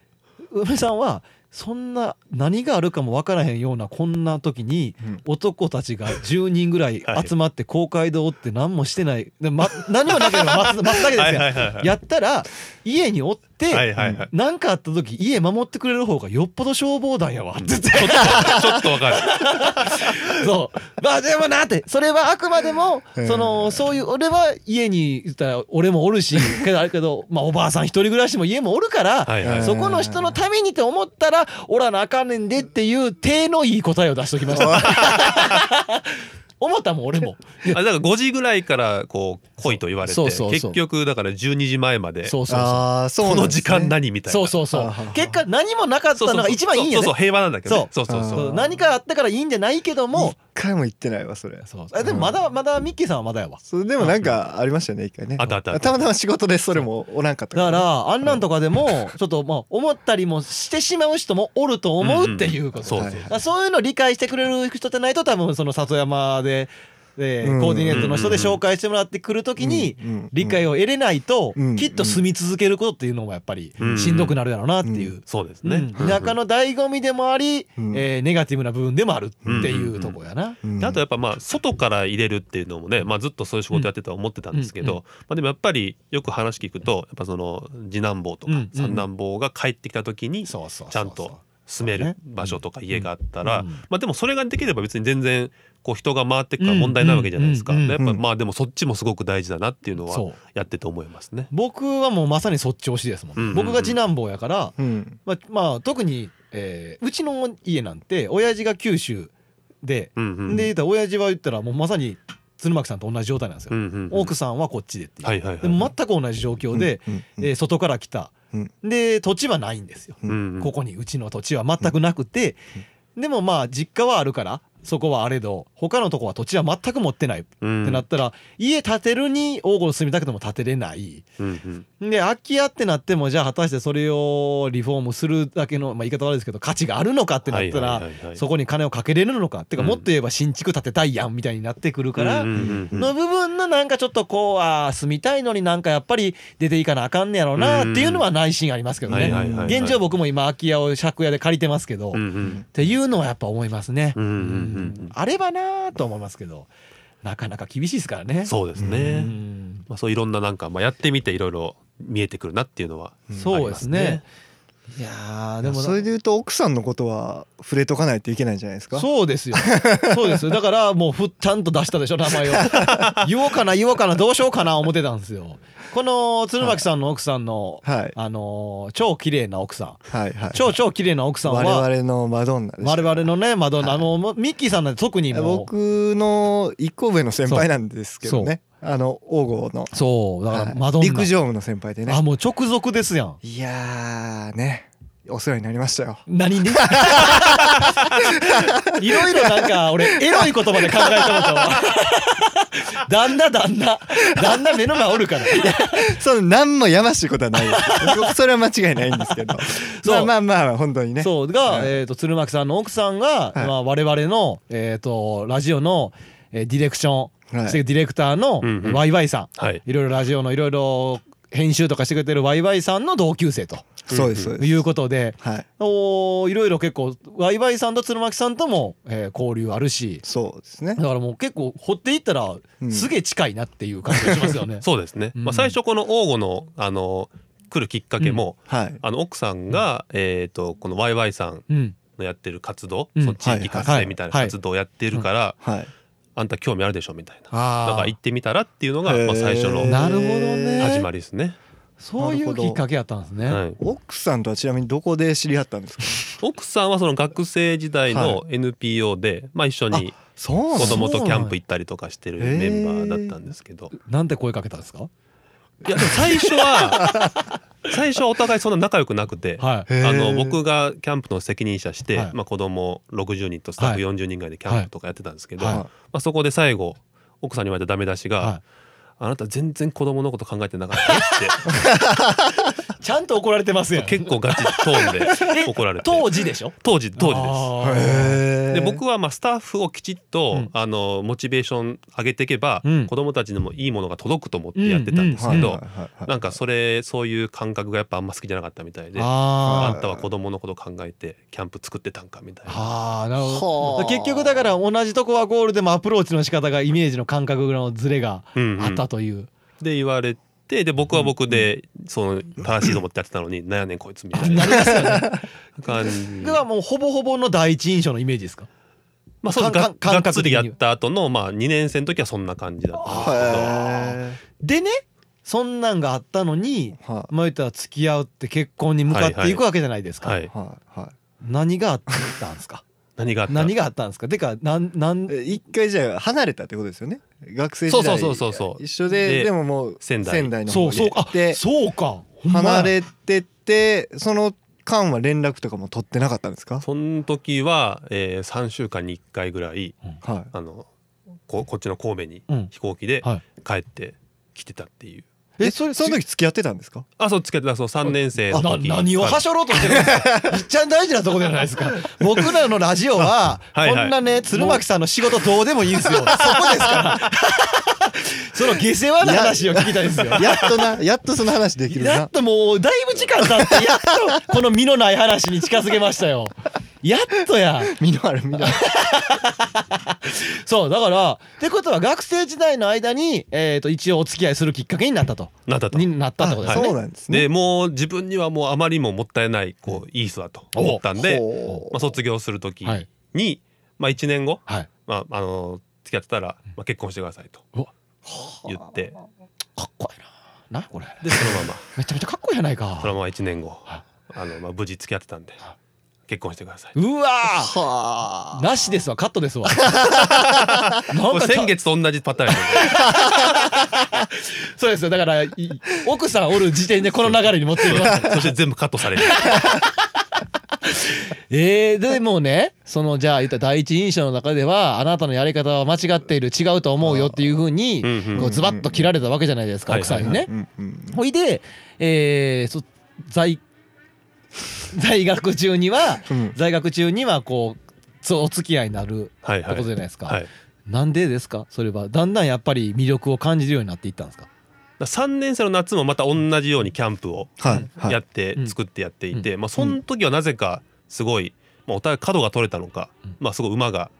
S2: 梅さんはそんな何があるかも分からへんようなこんな時に
S1: うん
S2: 男たちが10人ぐらい
S3: はい
S2: 集まって公会堂って何もしてない、で ま、何もなければ待つ待つだけですよ
S3: はいはいはいはい
S2: やったら家におっ
S3: はい
S2: て
S3: はいはい
S2: 何かあった時家守ってくれる方がよっぽど消防団やわって
S3: ちょっとちょっとわかる
S2: そうまあでもなってそれはあくまでも
S1: うん
S2: そのそういう俺は家に言ったら俺もおるしけどあれけどまあおばあさん一人暮らしも家もおるから
S3: はいはい
S2: そこの人のためにと思ったらおらなあかんねんでっていう手のいい答えを出しときました 思ったもん俺も
S3: あだから5時ぐらいからこう来いと言われて
S2: そうそうそ
S3: 結
S2: う
S3: 局だから12時前まで
S2: そうそうそう
S1: ああそう
S3: こ
S1: なん
S3: の
S1: です
S3: 時
S1: ね
S3: 間何みたいな
S2: そうそうそ
S1: あ
S2: う
S1: ー
S2: 結果何もなかった
S3: そうそう
S2: のが一番いいんや
S3: そう
S2: ね
S3: そう平和なんだけどね
S2: そ
S3: そうそうそう
S2: そう
S1: あー
S2: 何かあったからいいんじゃないけども
S1: 一回も言ってないわそれ
S2: そうあでもまだまだミッキーさんはまだやわ
S1: それでもなんかありましたよね一回ね
S3: あったあったあった
S1: またま仕事でそれもおらんかった
S2: だかららあんなんとかでもちょっとまあ思ったりもしてしまう人もおると思うっていうこと、
S3: そう
S1: はい
S3: そう
S2: だからそういうのを理解してくれる人じゃないと多分その里山でえ
S1: う
S2: ー
S1: ん
S2: コーディネートの人で紹介してもらってくるときに
S1: うんうん
S2: 理解を得れないと
S1: うん
S2: きっと住み続けることっていうのもやっぱり
S3: うん
S2: しんどくなるやろうなっていう。
S3: そうです
S2: ね
S3: ね、うん
S2: 田舎の醍醐味でもあり、
S1: うん
S2: えーネガティブな部分でもあるっていうとこやな。
S1: うん
S3: であとやっぱまあ外から入れるっていうのもね、まあ、ずっとそういう仕事やってたと思ってたんですけど、
S2: うんう
S3: まあ、でもやっぱりよく話聞くとやっぱその次男坊とか
S2: うんうん
S3: 三男坊が帰ってきた時に
S2: そうそうそうそう
S3: ちゃんと住め
S2: そ
S3: る
S2: うね
S3: 場所とか家があったら、
S2: うん
S3: まあ、でもそれができれば別に全然こう人が回ってくから問題ないわけじゃないですか、
S2: うんうんうん
S3: やっぱまあでもそっちもすごく大事だなっていうの
S2: そ
S3: は
S2: う
S3: やってて思いますね。
S2: 僕はもうまさにそっち推しですもん,、
S3: うんうんうん
S2: 僕が次男坊やから、
S1: うん
S2: まあ、まあ特に、えーうちの家なんて親父が九州で、
S3: うんうん
S2: で言ったら親父は言ったらもうまさに鶴巻さんと同じ状態なんですよ、
S3: うんうんうん
S2: 奥さんはこっちでっていう、
S3: はいはいはい
S2: でも全く同じ状況で、
S1: うんうん
S2: えー外から来た、
S1: うん
S2: で土地はないんですよ、
S3: うんうん
S2: ここにうちの土地は全くなくて、でもまあ実家はあるからそこはあれど他のとこは土地は全く持ってないって
S3: うん
S2: なったら、家建てるに大郷住みたくても建てれない
S3: うんうん
S2: で空き家ってなってもじゃあ果たしてそれをリフォームするだけの、まあ、言い方悪いですけど価値があるのかってなったら、
S3: はいはいはいはい
S2: そこに金をかけれるのかってか
S3: うん
S2: もっと言えば新築建てたいやんみたいになってくるから。
S3: うんうんうん
S2: の部分のなんかちょっとこうあー住みたいのになんかやっぱり出ていかなあかんねやろうなっていうのは内心ありますけど
S3: はい
S2: ね
S3: はいはいはい
S2: 現状僕も今空き家を借家で借りてますけ
S3: う
S2: ど、
S3: ん
S2: っ
S3: うん
S2: ていうのはやっぱ思いますね、
S3: うんうんうんうん
S2: あればなあと思いますけどなかなか厳しいですからね
S3: そうです
S2: う
S3: ね、
S2: ん
S3: まあ、そういろんななんか、まあ、やってみていろいろ見えてくるなっていうのは、
S2: そうですね。いやーでも
S1: それで言うと奥さんのことは触れとかないといけないんじゃないですか
S2: そうですよ。そうですよ。だからもうふちゃんと出したでしょ名 前を。言おうかな言おうかなどうしようかな思ってたんですよ。この鶴巻さんの奥さんの、
S1: はい
S2: あのー超綺麗な奥さん、
S1: はいはい
S2: 超超綺麗な奥さんは
S1: 我々のマドンナです
S2: 我々のねマドンナ、あのもうミッキーさんなんて特にもう
S1: 僕の一個上の先輩なんですけどねあの王郷の
S2: そうだからマドン
S1: はい
S2: ナ、
S1: 陸上部の先輩でね
S2: あもう直属ですやん。
S1: いやーねお世話になりましたよ
S2: 何にいろいろなんか俺エロい言葉で考えたことは 旦那旦那旦那目の前おるから
S1: その何もやましいことはない ですそれは間違いないんですけど
S2: そう
S1: まあまあまあ本当にね
S2: そうが、
S1: はい
S2: えー、と鶴巻さんの奥さん
S1: は
S2: が、
S1: い
S2: まあ、我々の、えー、とラジオの、えーディレクション、
S1: はい
S2: そしてディレクターの
S3: うんうん
S2: ワイワイさん、
S3: はい。
S2: ろいろラジオのいろいろ編集とかしてくれてるワイワイさんの同級生と
S1: そうですそうです
S2: いうことで。
S1: はい
S2: おーいろいろ結構ワイワイさんと鶴巻さんとも、えー交流あるし
S1: そうですね
S2: だからもう結構掘っていったら、
S1: うん
S2: すげえ近いなっていう感じがします よね
S3: そうですね、
S2: うん
S3: まあ、最初この王吾のあの来るきっかけも、
S1: はい
S3: あの奥さんが、えー、とこのワイワイさん
S2: うん、
S3: のやってる活動、
S2: うん
S3: その地域活性みたいな
S2: はいはい
S3: 活動をやってるから、
S1: はい
S3: あんた興味あるでしょみたいなだ
S2: あ
S3: から行ってみたらっていうのが、
S1: へー
S3: まあ、最初の
S2: なるほどね
S3: 始まりですね、
S2: そういうきっかけやったんですね。
S3: はい、
S1: 奥さんとはちなみにどこで知り合ったんですか
S3: 奥さんはその学生時代の NPO で、まあ、一緒に
S1: そう
S3: 子
S1: なの
S3: 供とキャンプ行ったりとかしてるメンバーだったんですけど、
S2: なんて声かけたんですか、
S3: いやでも最初 は最初はお互いそんな仲良くなくて、
S2: はい
S1: へー
S3: あの僕がキャンプの責任者して、
S2: はい
S3: まあ、子供60人とスタッフ
S2: は
S3: 40人ぐらいでキャンプとかやってたんですけど、
S2: はい
S3: まあ、そこで最後奥さんに言われたダメ出しが、
S2: はい
S3: あなた全然子供のこと考えてなかったねっ
S2: ちゃんと怒られてますやん。
S3: て結構ガチトーンで 怒られて
S2: 当時でしょ
S3: 当時当時です。
S2: 当
S1: へー
S3: で僕はまあスタッフをきちっと、
S2: うん
S3: あのモチベーション上げていけば、
S2: うん
S3: 子供たちにもいいものが届くと思ってやってたんですけど、
S1: はいはいはいはい
S3: なんかそれそういう感覚がやっぱあんま好きじゃなかったみたいであ
S2: あ
S3: んたは子供のこと考えてキャンプ作ってたんかみたい
S2: ー
S3: な。
S2: あーなるほ
S1: は
S2: ど
S1: あ
S2: 結局だから同じとこはゴールでもアプローチの仕方がイメージの感覚のズレが
S3: うんうん
S2: あったという、
S3: で言われてで僕は僕でその正しいと思ってやってたのになんやねんこいつみたいな
S2: なりますよね
S3: 感じ
S2: ではもうほぼほぼの第一印象のイメージですか
S3: まあそう
S2: か
S3: が
S2: んかん
S3: がっつりや
S2: 感覚的に
S3: った後のまあ2年生の時はそんな感じだったんですけ
S1: へ
S3: ど
S2: でねそんなんがあったのに
S1: ーは
S2: まあ言ったら付き合うって結婚に向かっていくわけじゃないですか、
S3: はい
S1: いはいはい
S2: 何があったんですか
S3: 何 があった
S2: 何があったんですかてかなんなん
S1: え一回じゃあ離れたってことですよね学生時代
S3: そうそうそうそうそう
S1: 一緒で
S3: で
S1: でももう
S3: 仙台
S1: の
S2: そ
S1: 方
S2: うそう
S1: に行
S2: あ
S1: って
S2: そうかほんまや
S1: 離れてってその間は連絡とかも取ってなかったんですか
S3: その時は、えー、3週間に1回ぐらい
S1: は
S3: あのここっちの神戸に
S2: うん
S3: 飛行機で
S2: はい
S3: 帰ってきてたっていう、
S1: えそれその時付き合ってたんですか
S3: あそうつけてたそう3年生の
S2: な
S3: 時
S2: 何をはしょろうとしてるんですかいっちゃん大事なとこじゃないですか僕らのラジオは
S3: はいはい
S2: こんなね鶴巻さんの仕事どうでもいいんですよそこですからその下世話な話を聞きたいんですよ
S1: やっとな やっとその話できる
S2: や
S1: な
S2: っともうだいぶ時間経ってやっとこの身のない話に近づけましたよやっとや
S1: 身のある身のある
S2: そうだからってことは学生時代の間に、えー、と一応お付き合いするきっかけになったと
S3: なったと
S2: になったってことですよね、
S1: そうなんですね
S3: でもう自分にはもうあまりにももったいないこういい人だと思ったんで、
S1: ほ
S3: まあ、卒業する時に、
S2: はい
S3: まあ、1年後、
S2: はい
S3: まあ、あの付き合ってたら、まあ、結婚してくださいと
S2: うわ
S3: 言って
S2: かっこいいななこれ
S3: でそのま ま
S2: めちゃめちゃかっこいいやないか
S3: そのまま1年後
S2: は
S3: あの、まあ、無事付き合ってたんで
S2: は
S3: 結婚してください。
S2: うわー
S1: は
S2: なしですわカットです わな
S3: こ
S2: ん
S3: れ
S2: か
S3: 先月と同じパターンやね
S2: そうですよだからい奥さんおる時点でこの流れに持っていきます
S3: そして全部カットされる。
S2: えー、でもねそのじゃあ言ったら第一印象の中ではあなたのやり方は間違っている違うと思うよっていうふうに
S3: うんうん
S2: こうズバッと切られたわけじゃないですか
S3: はい
S2: 奥さんにね
S1: う。んうん
S2: ほいで、えー、そ在 在学中には
S1: うん
S2: 在学中にはこうそうお付き合いになる
S3: はい
S2: って
S3: は
S2: ことじゃ
S3: い。
S2: ないですか。
S3: はい、
S2: なんでですかそれはだんだんやっぱり魅力を感じるようになっていったんですか
S3: 3年生の夏もまた同じようにキャンプを
S1: はいはい
S3: やって、
S2: うん
S3: 作ってやっていて、まあ、その時はなぜかすごい、まあ、お互い角が取れたのか、
S2: うん
S3: まあ、すごい馬が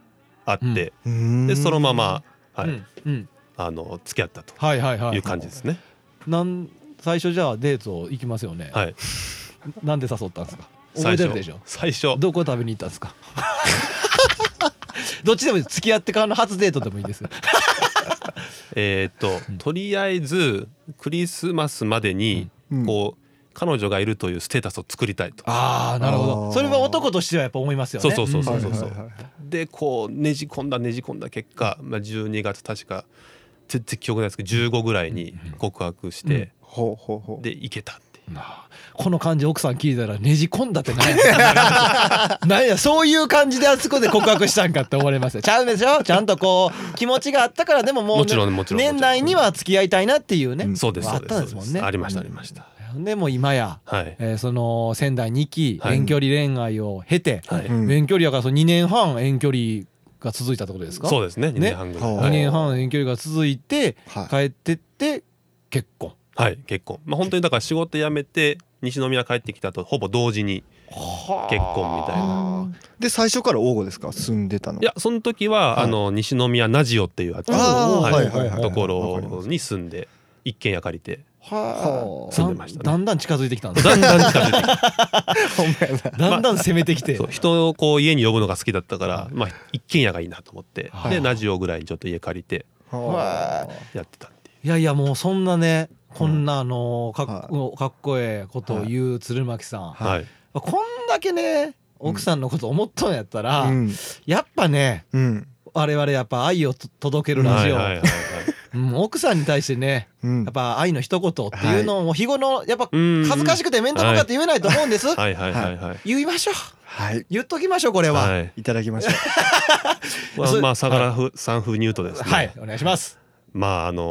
S3: あって、
S1: で
S3: でそのまま、はい
S2: うんうん、
S3: あの付き合ったと
S2: はいはいはい
S3: いう感じですね。
S2: なん最初じゃあデート行きますよね、
S3: はい、
S2: なんで誘ったんですか覚
S3: 最
S2: えて
S3: 初
S2: るでしょ
S3: 最初
S2: どこ食べに行ったんですか どっちでもいいです付き合ってからの初デートでもいいです
S3: えーっと、とりあえずクリスマスまでに、
S1: うん
S3: こう彼女がいるというステータスを作りたいと。
S2: ああなるほど
S1: あー
S2: それは男としてはやっぱ思いますよね
S3: そうそうそううんそうそう。
S1: はいはいはい
S3: でこうねじ込んだねじ込んだ結果、まあ、12月確か全然記憶ないですけど15ぐらいに告白して、
S1: ほうほうほう
S3: で行けたっていう
S2: あーこの感じ奥さん聞いたらねじ込んだってなんや なんやそういう感じであそこで告白したんかって思われますよちゃうでしょちゃんとこう気持ちがあったからでももうね、
S3: もちろんもちろん
S2: 年内には付き合いたいなっていうね、
S1: うん
S3: そうです
S2: あ
S3: そ
S2: っ
S3: うです
S2: たんですもんね
S3: ありましたありました、
S2: でもう今や、
S3: はい
S2: えーその仙台に行き
S3: はい
S2: 遠距離恋愛を経て、
S3: はい、
S1: うん
S2: 遠距離やからその2年半遠距離が続いたってことですか
S3: そうですね2
S2: ね
S3: 年半ぐらい、
S1: は
S3: は
S2: 2年
S3: い、
S2: 半遠距離が続いて
S1: はい
S2: 帰ってって結婚
S3: はい結婚まあ本当にだから仕事辞めて西宮帰ってきたとほぼ同時に結婚みたいな
S1: で最初から王吾ですか住んでたの
S3: いやその時は、
S1: はい
S3: あの西宮ナジオっていうあっちの、
S1: あー
S3: はい
S1: はいはいはい
S3: とこ
S1: わかりま
S3: ろ
S1: す
S3: に住んで一軒家借りて
S1: は
S3: 住んでましたね
S2: だんだんだん近づいてきたんです
S3: だんだん近づいてきて
S1: あほんまやな
S2: だんだん攻めてきて
S3: そう人をこう家に呼ぶのが好きだったから、まあ、一軒家がいいなと思って、
S2: はい
S3: でラジオぐらいにちょっと家借りて
S1: は
S3: やってたっていう
S2: いやいやもうそんなねこんなあのかっこかっこええことを
S1: はい
S2: 言う鶴巻さん
S3: はい、
S2: こんだけね奥さんのこと思っとんやったら、
S1: あうん
S2: やっぱね
S1: うん
S2: 我々やっぱ愛をと届けるラ
S3: は
S2: ジ
S3: い
S2: オ、
S3: はい はいはい
S2: うん、奥さんに対してね
S1: うん
S2: やっぱ愛の一言っていうのを日頃やっぱ
S3: うん
S2: 恥ずかしくて面と向かって言えないと思うんです、
S3: はいはいはいはい
S2: 言いましょう
S1: はい
S2: 言っときましょうこれははい、
S3: はい
S1: いただきましょ
S3: まあまあ相良ふさん風に言うとですね、
S2: お願いします
S3: まああの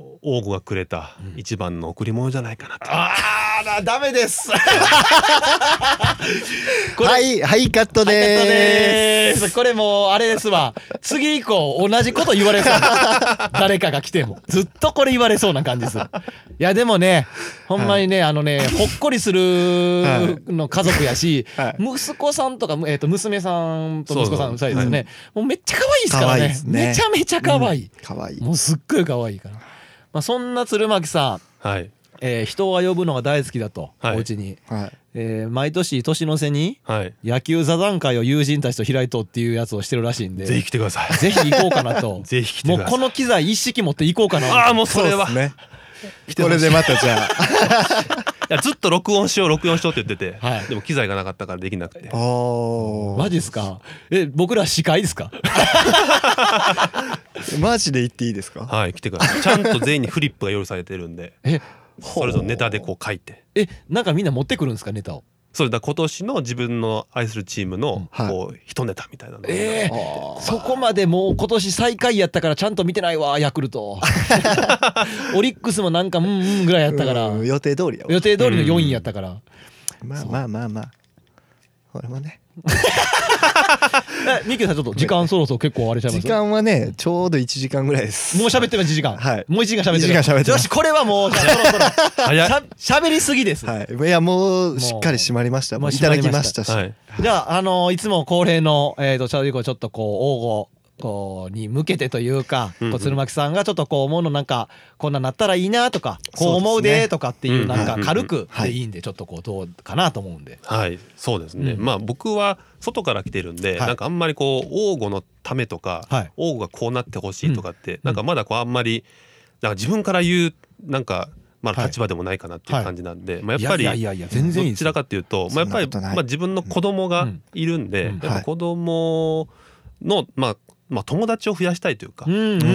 S3: ー王吾がくれた一番の贈り物じゃないかなと、
S2: あらダメです
S1: うはいはいカットで
S2: ですこれもうあれですわ次以降同じこと言われそう誰かが来てもずっとこれ言われそうな感じですいやでもねほんまにね、あのねほっこりするの家族やし、
S1: はい
S2: 息子さんとか、えー、と娘さんと息子さん2人ですよねもうめっちゃ可愛いですか
S1: 可
S2: ら
S1: 愛い
S2: ね
S1: ですね
S2: めちゃめちゃ可愛い、
S1: すかわいい
S2: もうすっごい可愛いから、まあ、そんな鶴巻さん、
S3: はい
S2: えー人は呼ぶのが大好きだと、
S3: はい
S2: おうちに、
S1: はい
S2: えー毎年年の瀬に
S3: はい
S2: 野球座談会を友人たちと開いとうっていうやつをしてるらしいんで
S3: ぜひ来てください
S2: ぜひ行こうかなと
S3: ぜひ来
S2: も
S3: てく
S2: う
S3: ださい
S2: この機材一式持って行こうかな
S3: ああもうそれは
S1: そうっすねこれでまたじゃあ
S3: いやずっと録音しよう録音しようって言ってて、
S2: はい
S3: でも機材がなかったからできなくて
S1: お
S2: マジですかえ僕ら司会ですか
S1: ーマジで言っていいですか
S3: はい来てくださいちゃんと全員にフリップが用意されてるんで
S2: え
S3: それぞれネタでこう書いて
S2: えなんかみんな持ってくるんですかネタを
S3: そうだ今年の自分の愛するチームの
S1: うんはい
S3: こう一ネタみたいなのが
S2: ええ
S1: あ
S2: そこまでもう今年最下位やったからちゃんと見てないわヤクル トオリックスもなんかうんうんぐらいやったから
S1: うん予定通りやわ
S2: 予定通りの4位やったから
S1: まあまあまあまあ俺もね
S2: えミキさんちょっと時間そろそろ結構あれちゃいま
S1: 時
S2: す
S1: 間はねちょうど1時間ぐらいです
S2: もう喋ってます1時間
S1: はい
S2: もう1時間喋ってる
S1: 一時間喋って
S2: よ
S1: ます
S2: しこれはもうじゃあそろそろ
S3: 早い
S2: しゃ喋りすぎです
S1: はいいやもうしっかり締まりました
S2: もう
S1: いただき
S2: 締まりま
S1: ま
S2: し
S1: したたし
S3: はい
S2: じゃあ、あのいつも恒例の、えー、とチャドリコちょっとこう応募こうに向けてというか、
S3: うんうん
S2: こう鶴巻さんがちょっとこう思うのなんかこんなんなったらいいなとかこう思う
S1: そうです
S2: で
S1: ね
S2: とかっていう
S3: うん
S2: なんか
S3: はい
S2: 軽く
S1: は
S2: で
S1: い
S2: いいんでちょっとこうどうかなと思うんで。
S3: はい、そうですね、
S2: うん
S3: まあ僕は外から来てるんで、
S1: はい
S3: なんかあんまりこう王吾のためとか、
S2: はい
S3: 王吾がこうなってほしいとかって、なんかまだこうあんまりなんか自分から言うなんかまだ立場でもないかなってい
S2: はいう
S3: 感じなんで、まあ、やっぱり
S2: いやいやいや全然いい
S3: ど
S2: で
S3: ち
S2: す
S3: らかっていうと、まあ、やっぱり
S1: そんなこと
S3: ま
S1: ない
S3: あ自分の子供
S2: う
S3: が
S2: ん
S3: いるんで、
S2: うん
S3: やっぱ子供の、まあ、まあ友達を増やしたいというか
S2: う。んうんう
S1: うん
S2: ん。
S3: う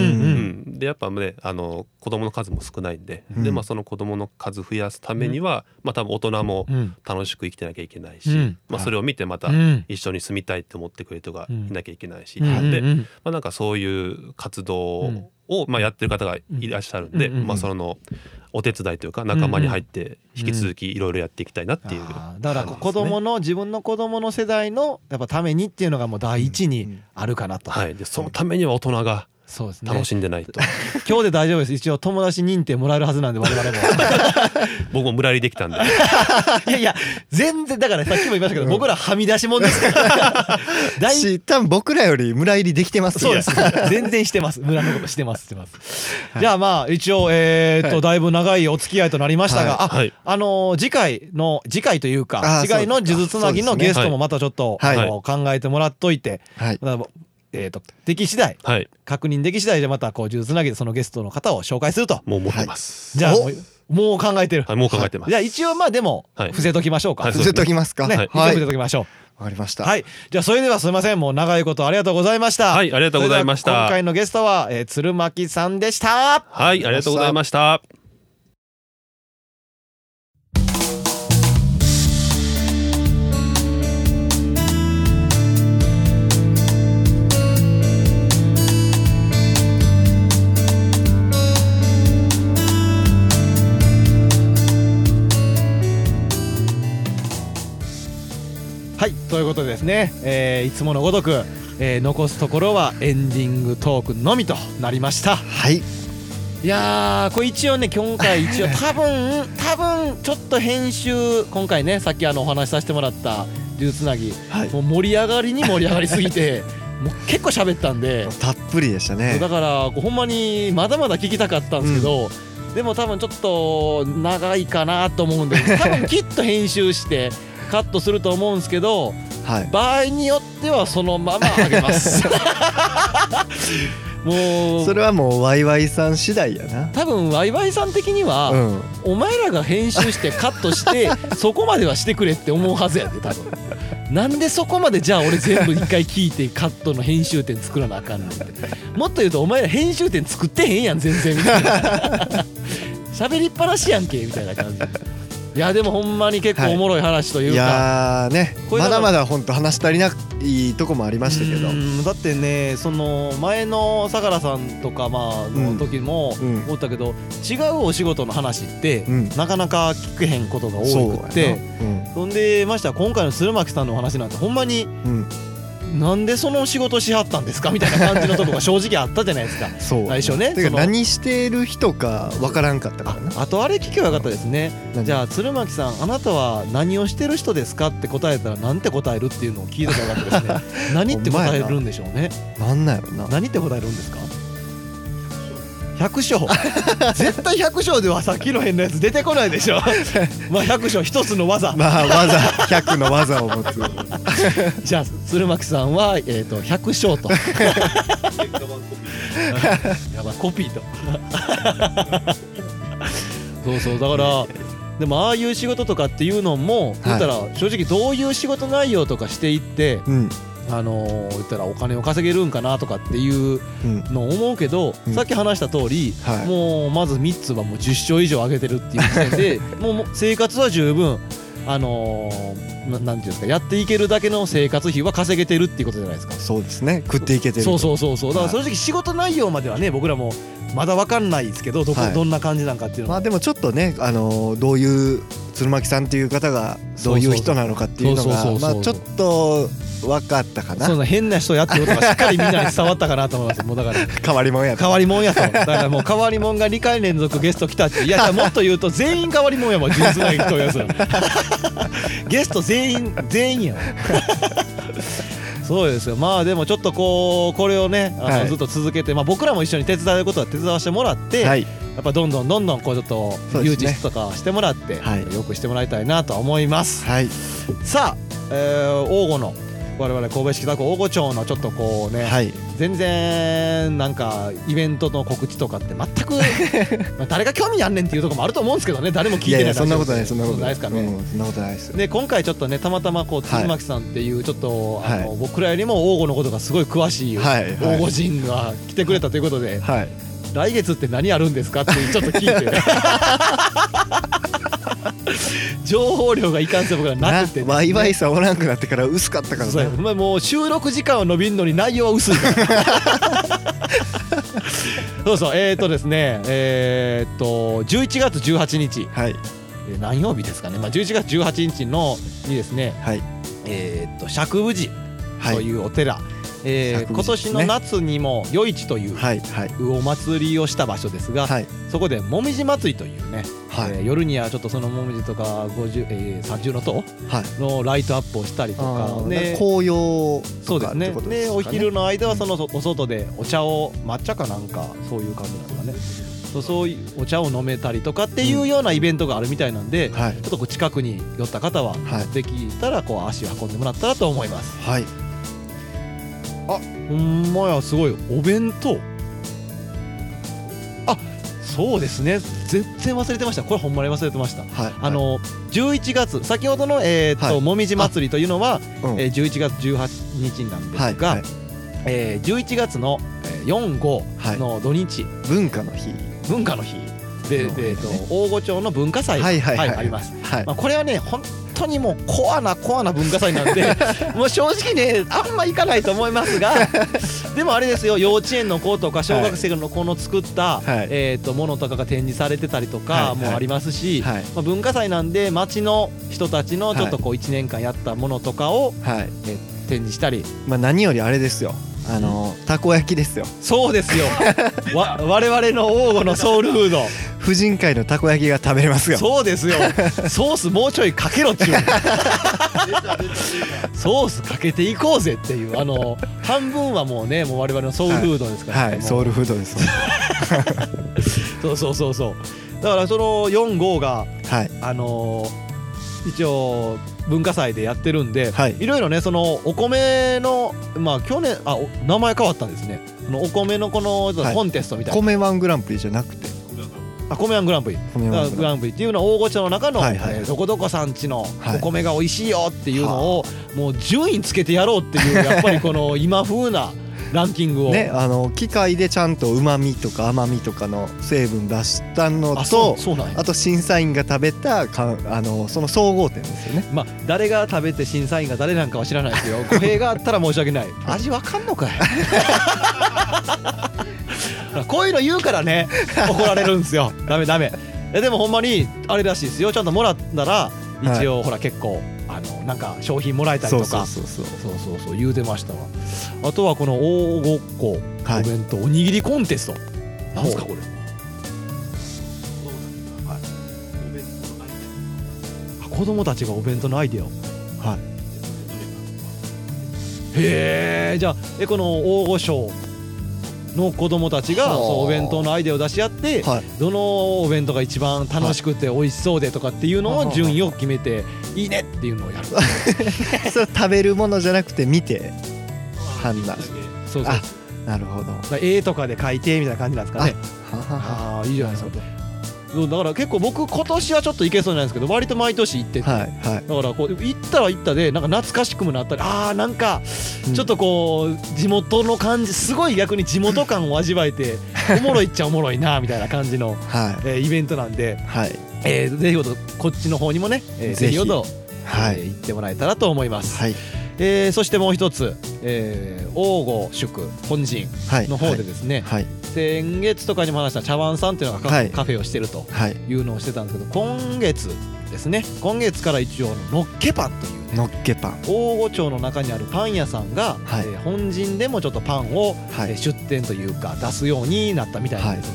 S3: んでやっぱねあの子供の数も少ないんで、
S1: う
S3: で
S1: ん
S3: まあその子供の数増やすためには、まあ多分大人も
S2: うん
S3: 楽しく生きてなきゃいけないし、
S2: うん
S3: まあ、
S1: はい
S3: それを見てまた
S2: うん
S3: 一緒に住みたいって思ってくれる人がいなきゃいけないし、
S2: うんうん
S3: で、
S2: う
S3: ま
S2: ん
S3: あ、なんかそういう活
S2: うん
S3: 動を、まあ、やってる方がいらっしゃるんで、
S2: うんうんうん
S3: まあ、そのお手伝いというか仲間に入って引き続きいろいろやっていきたいなっていう、
S2: あーだからこう子供の自分の子供の世代のやっぱためにっていうのがもう第一
S1: うんう
S2: に
S1: ん
S2: あるかなと、
S3: はい、でそのためには大人が
S2: そうですね
S3: 楽しんでないと、
S2: 今日で大丈夫です一応友達認定もらえるはずなんで我々も
S3: 僕も村入りできたんで
S2: いやいや全然だからさっきも言いましたけど、僕らはみ出しも んですから大
S1: し多分僕らより村入りできてます
S2: そうです全然してます村のことしてますしてます、じゃあまあ一応えーっと、
S1: はい
S2: だいぶ長いお付き合いとなりましたが、
S1: は
S2: あ、
S3: はい
S2: あのー次回の次回というか
S1: あー
S2: 次回の
S1: そうですか
S2: 呪術つなぎの
S1: そうですね
S2: ゲストもまたちょっと、
S1: はい
S2: あのー考えてもらっといて、
S1: はい
S2: まあえーっとでき次第
S3: はい
S2: 確認でき次第でまたこう呪術つなぎでそのゲストの方を紹介すると
S3: もう思ってます、
S2: じゃあ
S1: お
S2: もうもう考えてる
S3: はい、もう考えてます、
S2: じゃあ一応まあでも
S3: はい
S2: 伏せときましょうか、
S3: はいそう
S1: 伏せときますか
S2: ね、
S1: は
S2: はいい、以上でときましょう。
S1: わかりました
S2: はい、じゃあそれではすみません、もう長いことありがとうございました。
S3: はいありがとうございました
S2: それでは今回のゲストは、えー、鶴巻さんでした。
S3: はいありがとうございました
S2: はい、ということでですね、えー、いつものごとく、えー、残すところはエンディングトークのみとなりました。
S1: はい
S2: いやーこれ一応ね今 回一応多分多分ちょっと編集今回ねさっきあのお話しさせてもらった「呪術つなぎ」
S1: はい
S2: もう盛り上がりに盛り上がりす ぎてもう結構喋ったんで
S1: たっぷりでしたね
S2: だからこうほんまにまだまだ聞きたかったんですけど、でも多分ちょっと長いかなと思うんで多分きっと編集してカットすると思うんですけど
S1: はい
S2: 場合によってはそのまま上げます も
S1: そうれはもうワイワイさん次第やな
S2: 多分ワイワイさん的には、
S1: うん
S2: お前らが編集してカットして そこまではしてくれって思うはずやで多分なんでそこまでじゃあ俺全部一回聞いてカットの編集点作らなあかんねんってもっと言うとお前ら編集点作ってへんやん全然 みたいな喋りっぱなしやんけみたいな感じいやでもほんまに結構おもろい話という
S1: いや
S2: か、
S1: ーね
S2: こういう
S1: ま
S2: のが
S1: だまだ本当話足りないとこもありましたけど
S2: うんだってねその前の相良さんとかまあの時も
S1: うん
S2: 思ったけど、違うお仕事の話って、
S1: うん
S2: なかなか聞けへんことが多くっ
S1: そうや
S2: て
S1: な
S2: そんでましては今回の鶴巻さんのお話なんてほんまに
S1: うんうん
S2: なんでその仕事しはったんですかみたいな感じのとこが正直あったじゃない ですか
S1: そう
S2: 最初ね
S1: てか
S2: その
S1: 何してる人かわからんかったか
S2: あ
S1: らな
S2: あとあれ聞けばよかったですね
S1: 何
S2: じゃあ鶴巻さんあなたは何をしてる人ですかって答えたらなんて答えるっていうのを聞いてたかったです ね何って答えるんでしょうね
S1: なんなんやろな
S2: 何って答えるんですか百姓絶対百姓ではさっきの変なやつ出てこないで しょまあ百姓一つの技
S1: まあ技100の 技を持つ
S2: じゃあ鶴巻さんは、えー、と百姓と やばいコピーと そうそうだからでもああいう仕事とかっていうのも言ったら正直どういう仕事内容とかしていって、
S1: うん
S2: あのー言ったらお金を稼げるんかなとかっていう
S1: うん
S2: のを思うけど、
S1: うん
S2: さっき話した通り、
S1: はい
S2: もうまず3つはもう10勝以上上げてるっていう時点でもうもう生活は十分あのーななんていうんですかやっていけるだけの生活費は稼げてるっていうことじゃないですか
S1: そうですね食っていけてる
S2: そう
S1: う
S2: そうそうそうだから
S1: はい
S2: 正直仕事内容まではね僕らもまだ分かんないですけどどこ、
S1: はい
S2: どんな感じなんかっていうの
S1: ま
S2: は、
S1: あでもちょっとねあのどういう鶴巻さんという方がどういう人なのかっていうの
S2: そうそ
S1: が
S2: うそ
S1: ま
S2: う
S1: あ
S2: そ
S1: ちょ
S2: う
S1: っと分かったかな
S2: そんな変な人やってることがしっかりみんなに伝わったかなと思いますもうだから
S1: 変わりもんやと
S2: 変わりもんやとだからもう変わりもんが2回連続ゲスト来たっていやじゃあもっと言うと全員変わりもんやもん純粋な人やつ ゲスト全員全員やわそうですよまあでもちょっとこうこれをねあの、
S1: はい
S2: ずっと続けて、まあ、僕らも一緒に手伝うことは手伝わせてもらって、
S1: はい
S2: やっぱどんどんどんどんこうちょっと
S1: そう
S2: 誘
S1: ですね
S2: 致とかしてもらって、
S1: はい
S2: よくしてもらいたいなとは思います、
S1: はい
S2: さあ、えー、王吾の我々神戸市北区王吾町のちょっとこうね、
S1: はい
S2: 全然なんかイベントの告知とかって全 くまあ誰が興味あんねんっていうところもあると思うんですけどね誰も聞
S1: い
S2: いてな
S1: や
S2: い
S1: いやそんなことないそんなこと
S2: ないですかね、
S1: うんそんなことないですよ
S2: で今回ちょっとねたまたまこ
S1: は
S2: う
S1: い
S2: 鶴巻さんっていうちょっと、あ
S1: は
S2: の僕らよりも王吾のことがすごい詳しい
S1: はい
S2: 王
S1: は
S2: 吾人が来てくれたということで、
S1: いはい
S2: 来月って何あるんですかってちょっと聞いて 情報量がいかんせん僕らなくて、
S1: ワイワイさんおらんくなってから薄かったから
S2: そうや
S1: ね
S2: お前もう収録時間は伸びんのに内容は薄いから そうそうえっ、ー、とですねえっ、と11月18日
S1: はい
S2: えー何曜日ですかね、まあ、11月18日のにですね、
S1: はい
S2: えっ、と釈無寺
S1: は
S2: と
S1: い
S2: いうお寺、えー
S1: 釈
S2: 今
S1: 無寺です
S2: 年
S1: ね
S2: の夏にも夜市という、
S1: はいはい
S2: お祭りをした場所ですが、
S1: はい
S2: そこでもみじ祭りというね、
S1: はい
S2: えー夜にはちょっとそのもみじとか50、えー、30の塔
S1: はい
S2: のライトアップをしたりと
S1: あ
S2: か
S1: ーなん
S2: ね
S1: か紅葉
S2: そ
S1: と
S2: うで
S1: かっ
S2: す
S1: て
S2: ね
S1: ことで
S2: です
S1: かね
S2: お昼の間はそのそお外でお茶を抹茶かなんかそういう感じなんですかねそうそういうお茶を飲めたりとかっていうようなイベントがあるみたいなんで、ちょ
S1: はい
S2: っとこう近くに寄った方は、
S1: はい
S2: できたらこう足を運んでもらったらと思います
S1: はい
S2: ほんまやすごいお弁当あそうですね全然忘れてましたこれほんまに忘れてました
S1: はい
S2: あの11月先ほどの、えーっと
S1: はい
S2: もみじ祭りというのは、
S1: うん
S2: えー11月18日なんですが、
S1: はいはい
S2: えー11月の
S1: は
S2: 45
S1: い
S2: の土日、
S1: 文化の日
S2: 文化の日で、
S1: の日ね
S2: えーっと大御町の文化祭が、
S1: はいはいはい
S2: あります、
S1: はい
S2: まあ、これはね本当にもうコアなコアな文化祭な んでもう正直ねあんま行かないと思いますが でもあれですよ幼稚園の子とか小学生の子の作った、
S1: はい
S2: えーっとものとかが展示されてたりとか
S1: はい
S2: もありますし、
S1: はい
S2: まあ、文化祭なんで町の人たちのちょっとこう1年間やったものとかを
S1: はい
S2: 展示したり、
S1: まあ何よりあれですよあのたこ焼きですよ
S2: そうです よわ我々の王吾のソウルフード
S1: 婦人会のたこ焼きが食べれますよ
S2: そうで すよソースもうちょいかけろっちゅうソースかけていこうぜっていうあの半分はもうねもう我々のソウルフードですから、
S1: は
S2: ね
S1: い
S2: もう
S1: ソウルフードです
S2: そうそうそうそうだからその4号が
S1: はい
S2: あのー一応文化祭でやってるんで、
S1: はい
S2: いろいろねそのお米のまあ去年あお名前変わったんですねそのお米のこの
S1: はい
S2: コンテストみたいな、
S1: 米ワングランプリじゃなくて
S2: あ米ワングランプリ
S1: 米
S2: だか
S1: ワ
S2: ら
S1: ン
S2: グ
S1: グラン
S2: ランプリっていうのは大御所の中の、
S1: はいはい
S2: えーどこどこさんちの
S1: はい
S2: お米が美味しいよっていうのを、もう順位つけてやろうっていうやっぱりこの今風なランキング
S1: プ
S2: を、
S1: リねあの機械でちゃんとうまみとか甘みとかの成分出したの
S2: あそ
S1: と
S2: うそうなんや
S1: あと審査員が食べたかんあのその総合点ですよね
S2: まあ、誰が食べて審査員が誰なんかは知らないです よ語弊があったら申し訳ない味わかんのかい こういうの言うからね怒られるんですよダメダメえでもほんまにあれらしいですよちゃんともらったら一応、ほら結構あのなんか商品もらえたりと
S1: そう
S2: か
S1: そうそうそう
S2: そうそうそう言うてましたわあとはこの大ごっこ
S1: は
S2: お
S1: い
S2: 弁当おにぎりコンテスト、
S3: なんすかこれ
S2: あ子供たちがお弁当のアイデアを
S1: はい
S2: へえじゃあえこの大御所の子供たちが
S1: はあ
S2: そうお弁当のアイデアを出し合って、
S1: はい
S2: どのお弁当が一番楽しくて美味しそうでとかっていうのを順位を決めていいねっていうのをやる
S1: それ食べるものじゃなくて見て判断
S2: そうそう
S1: あなるほどは
S2: だから絵とかで描いてみたいな感じなんですかね
S1: はは
S2: ああいいじゃないですかそうだから結構僕今年はちょっと行けそうなんですけど割と毎年行ってて、
S1: はいはい
S2: だからこう行ったら行ったでなんか懐かしくもなったりあーなんか
S1: うん
S2: ちょっとこう地元の感じすごい逆に地元 感を味わえておもろいっちゃおもろいなみたいな感じの、
S1: はい
S2: えーイベントなんで
S1: はい
S2: えー、ぜひほどこっちの方にもね、えー、ぜ
S1: ぜ
S2: ひ
S1: ひ
S2: ほど、
S1: は
S2: えー
S1: い
S2: 行ってもらえたらと思います、
S1: はい
S2: えーそしてもう一つ、えー、王吾宿本陣
S1: はい
S2: の方でですね、
S1: はい
S2: 先月とかにも話した茶碗さんっていうのがカ,、
S1: はい
S2: カフェをしてると
S1: はい
S2: いうのをしてたんですけど今月ですね今月から一応のっけパンというね
S1: のっけパン
S2: 大御町の中にあるパン屋さんが、
S1: はい
S2: えー本陣でもちょっとパンを、
S1: はい
S2: えー出店というか出すようになったみたいなんです、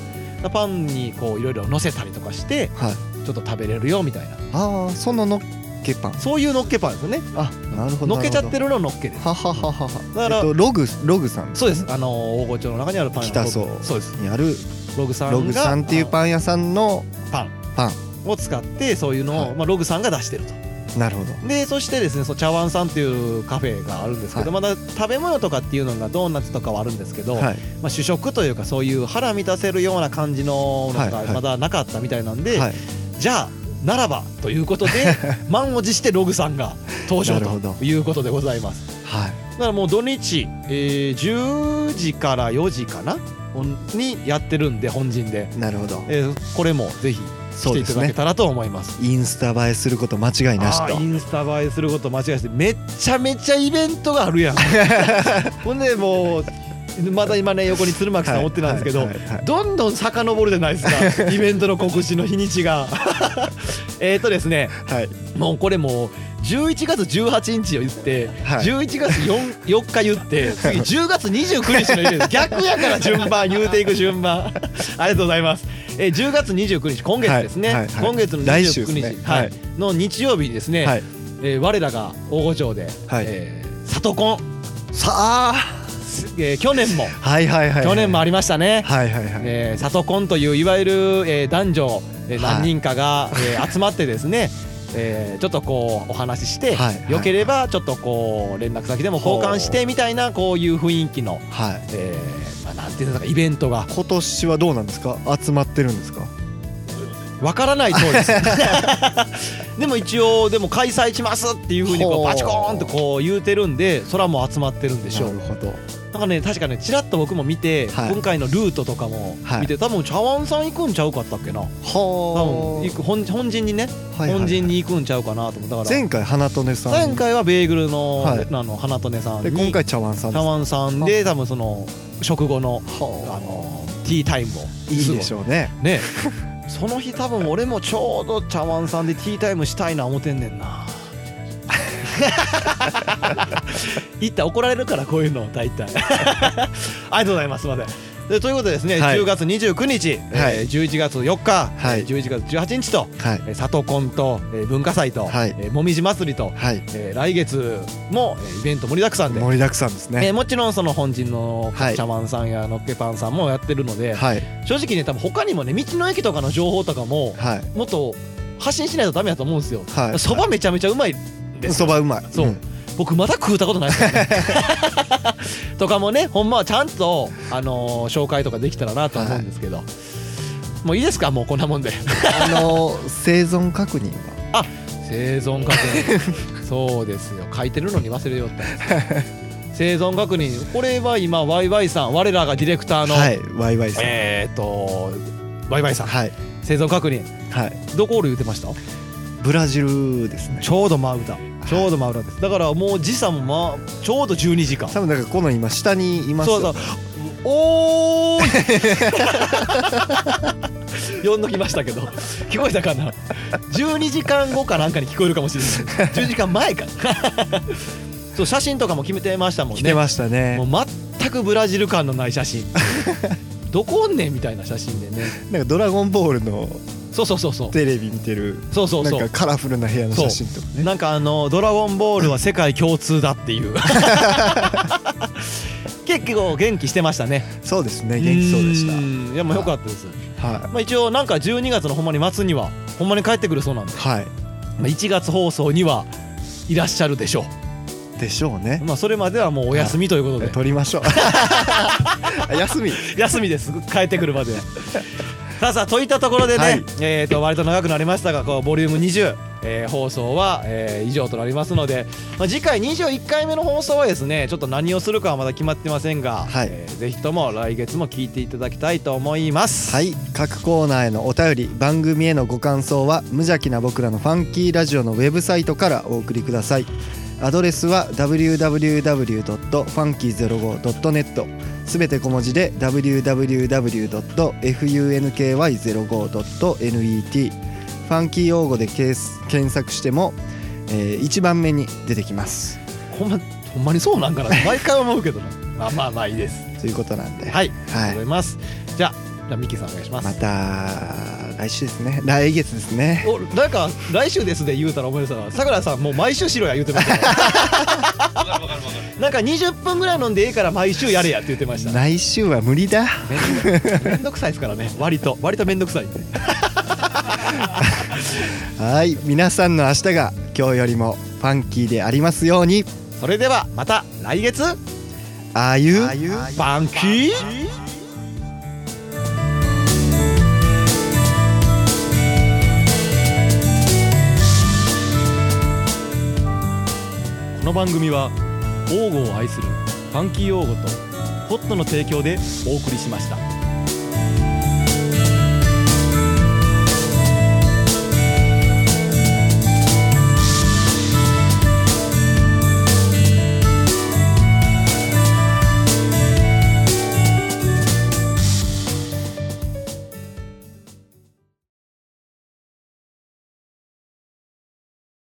S2: パンにこういろいろ乗せたりとかして
S1: はい
S2: ちょっと食べれるよみたいな
S1: ああそののっけパン
S2: そういうのっけパンですよね
S1: あなるほど
S2: のっけちゃって
S1: る
S2: るのをのっけです
S1: はははは
S2: だから
S1: えっとログログさん
S2: そうですあのー大御町の中にあるパン屋
S1: 北総
S2: そうです
S1: にある
S2: ログさんが
S1: ログさんっていうパン屋さんの
S2: パン
S1: パン
S2: を使ってそういうのを、
S1: はい
S2: まあ、ログさんが出してると
S1: なるほど
S2: でそしてですねその茶碗さんっていうカフェがあるんですけど、まだ食べ物とかっていうのがドーナツとかはあるんですけど、
S1: はい
S2: まあ、主食というかそういう腹満たせるような感じのの
S1: は
S2: が
S1: いはい
S2: まだなかったみたいなんで、
S1: はい
S2: じゃあならばということ で満を持してログさんが登場
S1: なるほど
S2: ということでございます
S1: はい
S2: だからもう土日、えー10時から4時かなほんにやってるんで本陣で、
S1: なるほど
S2: えーこれもぜひ来
S1: そう
S2: てい
S1: で
S2: た
S1: す
S2: だけ
S1: ね
S2: たらと思います
S1: インスタ映えすること間違いなし
S2: あ
S1: と
S2: ーインスタ映えすること間違いなしてめっちゃめちゃイベントがある やんほんでもうまだ今ね横に鶴巻さんおってなんですけど、
S1: はいはいはい
S2: どんどん遡るじゃないですかイベントの告知の日にちが えっとですね
S1: はい
S2: もうこれもう11月18日を言って、
S1: はい
S2: 11月 4, 4日言って 次10月29日のイベント逆やから順番言うていく順番ありがとうございます、えー10月29日今月ですね、
S1: はいはいはい
S2: 今月の
S1: 来週
S2: 29
S1: です
S2: 日、
S1: ね
S2: は
S1: は
S2: い
S1: い
S2: の日曜日にですね、
S1: はい
S2: えー我らが大御町で、
S1: はい
S2: えー里コン、
S1: さあ
S2: えー去年も
S1: はいはいはいはい
S2: 去年もありましたね、
S1: はいはいはい
S2: えー、里コンといういわゆる、えー男女、えー
S1: はい
S2: 何人かが、えー集まってですね、えーちょっとこうお話しして、
S1: はい
S2: よければちょっとこう連絡先でも交換してみたいなこういう雰囲気の、
S1: はい
S2: えーまあ、なんていうんですかイベントが
S1: 今年はどうなんですか集まってるんですか
S2: わからないそうです でも一応でも開催しますっていうふうにこ
S1: ほ
S2: う
S1: う
S2: バチコーンとこう言うてるんでそれはもう集まってるんで
S1: で
S2: しょう
S1: ほど
S2: なんかね確かねちらっと僕も見て、
S1: はい
S2: 今回のルートとかも見て、多分茶碗さん行くんちゃうかったっけな多
S1: は
S2: 分行く本本陣にね、
S1: はいはい
S2: 本陣に行くんちゃうかなと思ったから
S1: 前回花とねさん
S2: 前回はベーグルの,、
S1: はい
S2: あの花とねさん
S1: で
S2: に
S1: 今回茶碗さん
S2: 茶
S1: です
S2: 碗さんで多分その食後のあ
S1: は
S2: のティータイムを
S1: あいいでし
S2: ょ
S1: ょうね
S2: ねその日多分俺もちょうど茶碗さんでティータイムしたいな思ってんねん な行ったら怒られるからこういうの大 体ありがとうございますすいませんでということでですね、
S1: はい
S2: 10月29日、
S1: はい
S2: えー11月4日、
S1: はい
S2: えー11月18日と
S1: はい
S2: えー里コンとえー文化祭と、
S1: はい
S2: えーもみじ祭りと、
S1: はい
S2: えー来月もえーイベント盛りだくさんで、
S1: 盛りだくさんです
S2: えー
S1: ね
S2: もちろんその本陣の
S1: はい
S2: 茶碗さんやのっけパンさんもやってるので、
S1: はい
S2: 正直ね多分他にもね道の駅とかの情報とかも
S1: はい
S2: もっと発信しないとダメだと思うんですよ
S1: はい
S2: そば、めちゃめちゃうまいです
S1: そばうまい
S2: そう、
S1: ん
S2: 僕まだ食うたことないですか らね とかもねほんまはちゃんと、あのー紹介とかできたらなと思うんですけど、もういいですかもうこんなもんで
S1: あの生存確認は
S2: 生存確 認そうですよ書いてるのに忘れようって生存確認これは今ワイワイさん我らがディレクターの、
S1: はいワイワイさん
S2: えーっとワイワイさん
S1: はい
S2: 生存確認
S1: はい
S2: どこおる言うてました
S1: ブラジルですね
S2: ちょうど真裏ちょうど真裏ですだからもう時差も、まあ、ちょうど12時間
S1: 多分だからこの今下にいます
S2: そう
S1: よ
S2: そうおー い呼んどきましたけど聞こえたかな12時間後かなんかに聞こえるかもしれない10時間前かそう写真とかも決めてましたもんね
S1: 来てましたね
S2: もう全くブラジル感のない写真どこおんねんみたいな写真でね
S1: なんかドラゴンボールの
S2: そうそうそうそう
S1: テレビ見てる
S2: そうそうそう
S1: なんかカラフルな部屋の写真とかね
S2: なんかあの「ドラゴンボールは世界共通だ」っていう 結構元気してましたね
S1: そうですね元気そうでし
S2: んいやもうよかったです、
S1: たは
S2: まあ、一応なんか12月のほんまに末にはほんまに帰ってくるそうなんで、
S1: いは
S2: まあ、1月放送にはいらっしゃるでしょ
S1: いでしょうね
S2: う、まあ、それまではもうお休みということで、
S1: 撮りましょう休み
S2: 休みです帰ってくるまでさあさあといったところでね、
S1: はい
S2: えー、と割と長くなりましたがこうボリューム20、えー放送は、えー以上となりますので、まあ、次回21回目の放送はですねちょっと何をするかはまだ決まってませんが、
S1: はい
S2: えーぜひとも来月も聞いていただきたいと思います。
S1: はい各コーナーへのお便り番組へのご感想は無邪気な僕らのファンキーラジオのウェブサイトからお送りくださいアドレスは www.funky05.net すべて小文字で www.funky05.net ファンキー用語でけいす検索しても、え1番目に出てきます
S2: ほんまほんまにそうなんかな毎回思うけどねまあまあまあいいです。
S1: ということなんで、
S2: はい、
S1: は
S2: 思
S1: い
S2: います。じゃあじゃあミッキーさんお願いします。
S1: また来週ですね来月ですね
S2: おなんか来週ですで言うたら思い出したなさくらさんもう毎週しろや言うてましたよなんか20分ぐらい飲んでええから毎週やれやって言ってました
S1: 来週は無理だ
S2: めんどくさいですからね割と割とめんどくさいんで
S1: はい皆さんの明日が今日よりもファンキーでありますように
S2: それではまた来月
S1: ああいう
S2: バンキーこの番組は王語を愛するファンキー王語とホットの提供でお送りしました。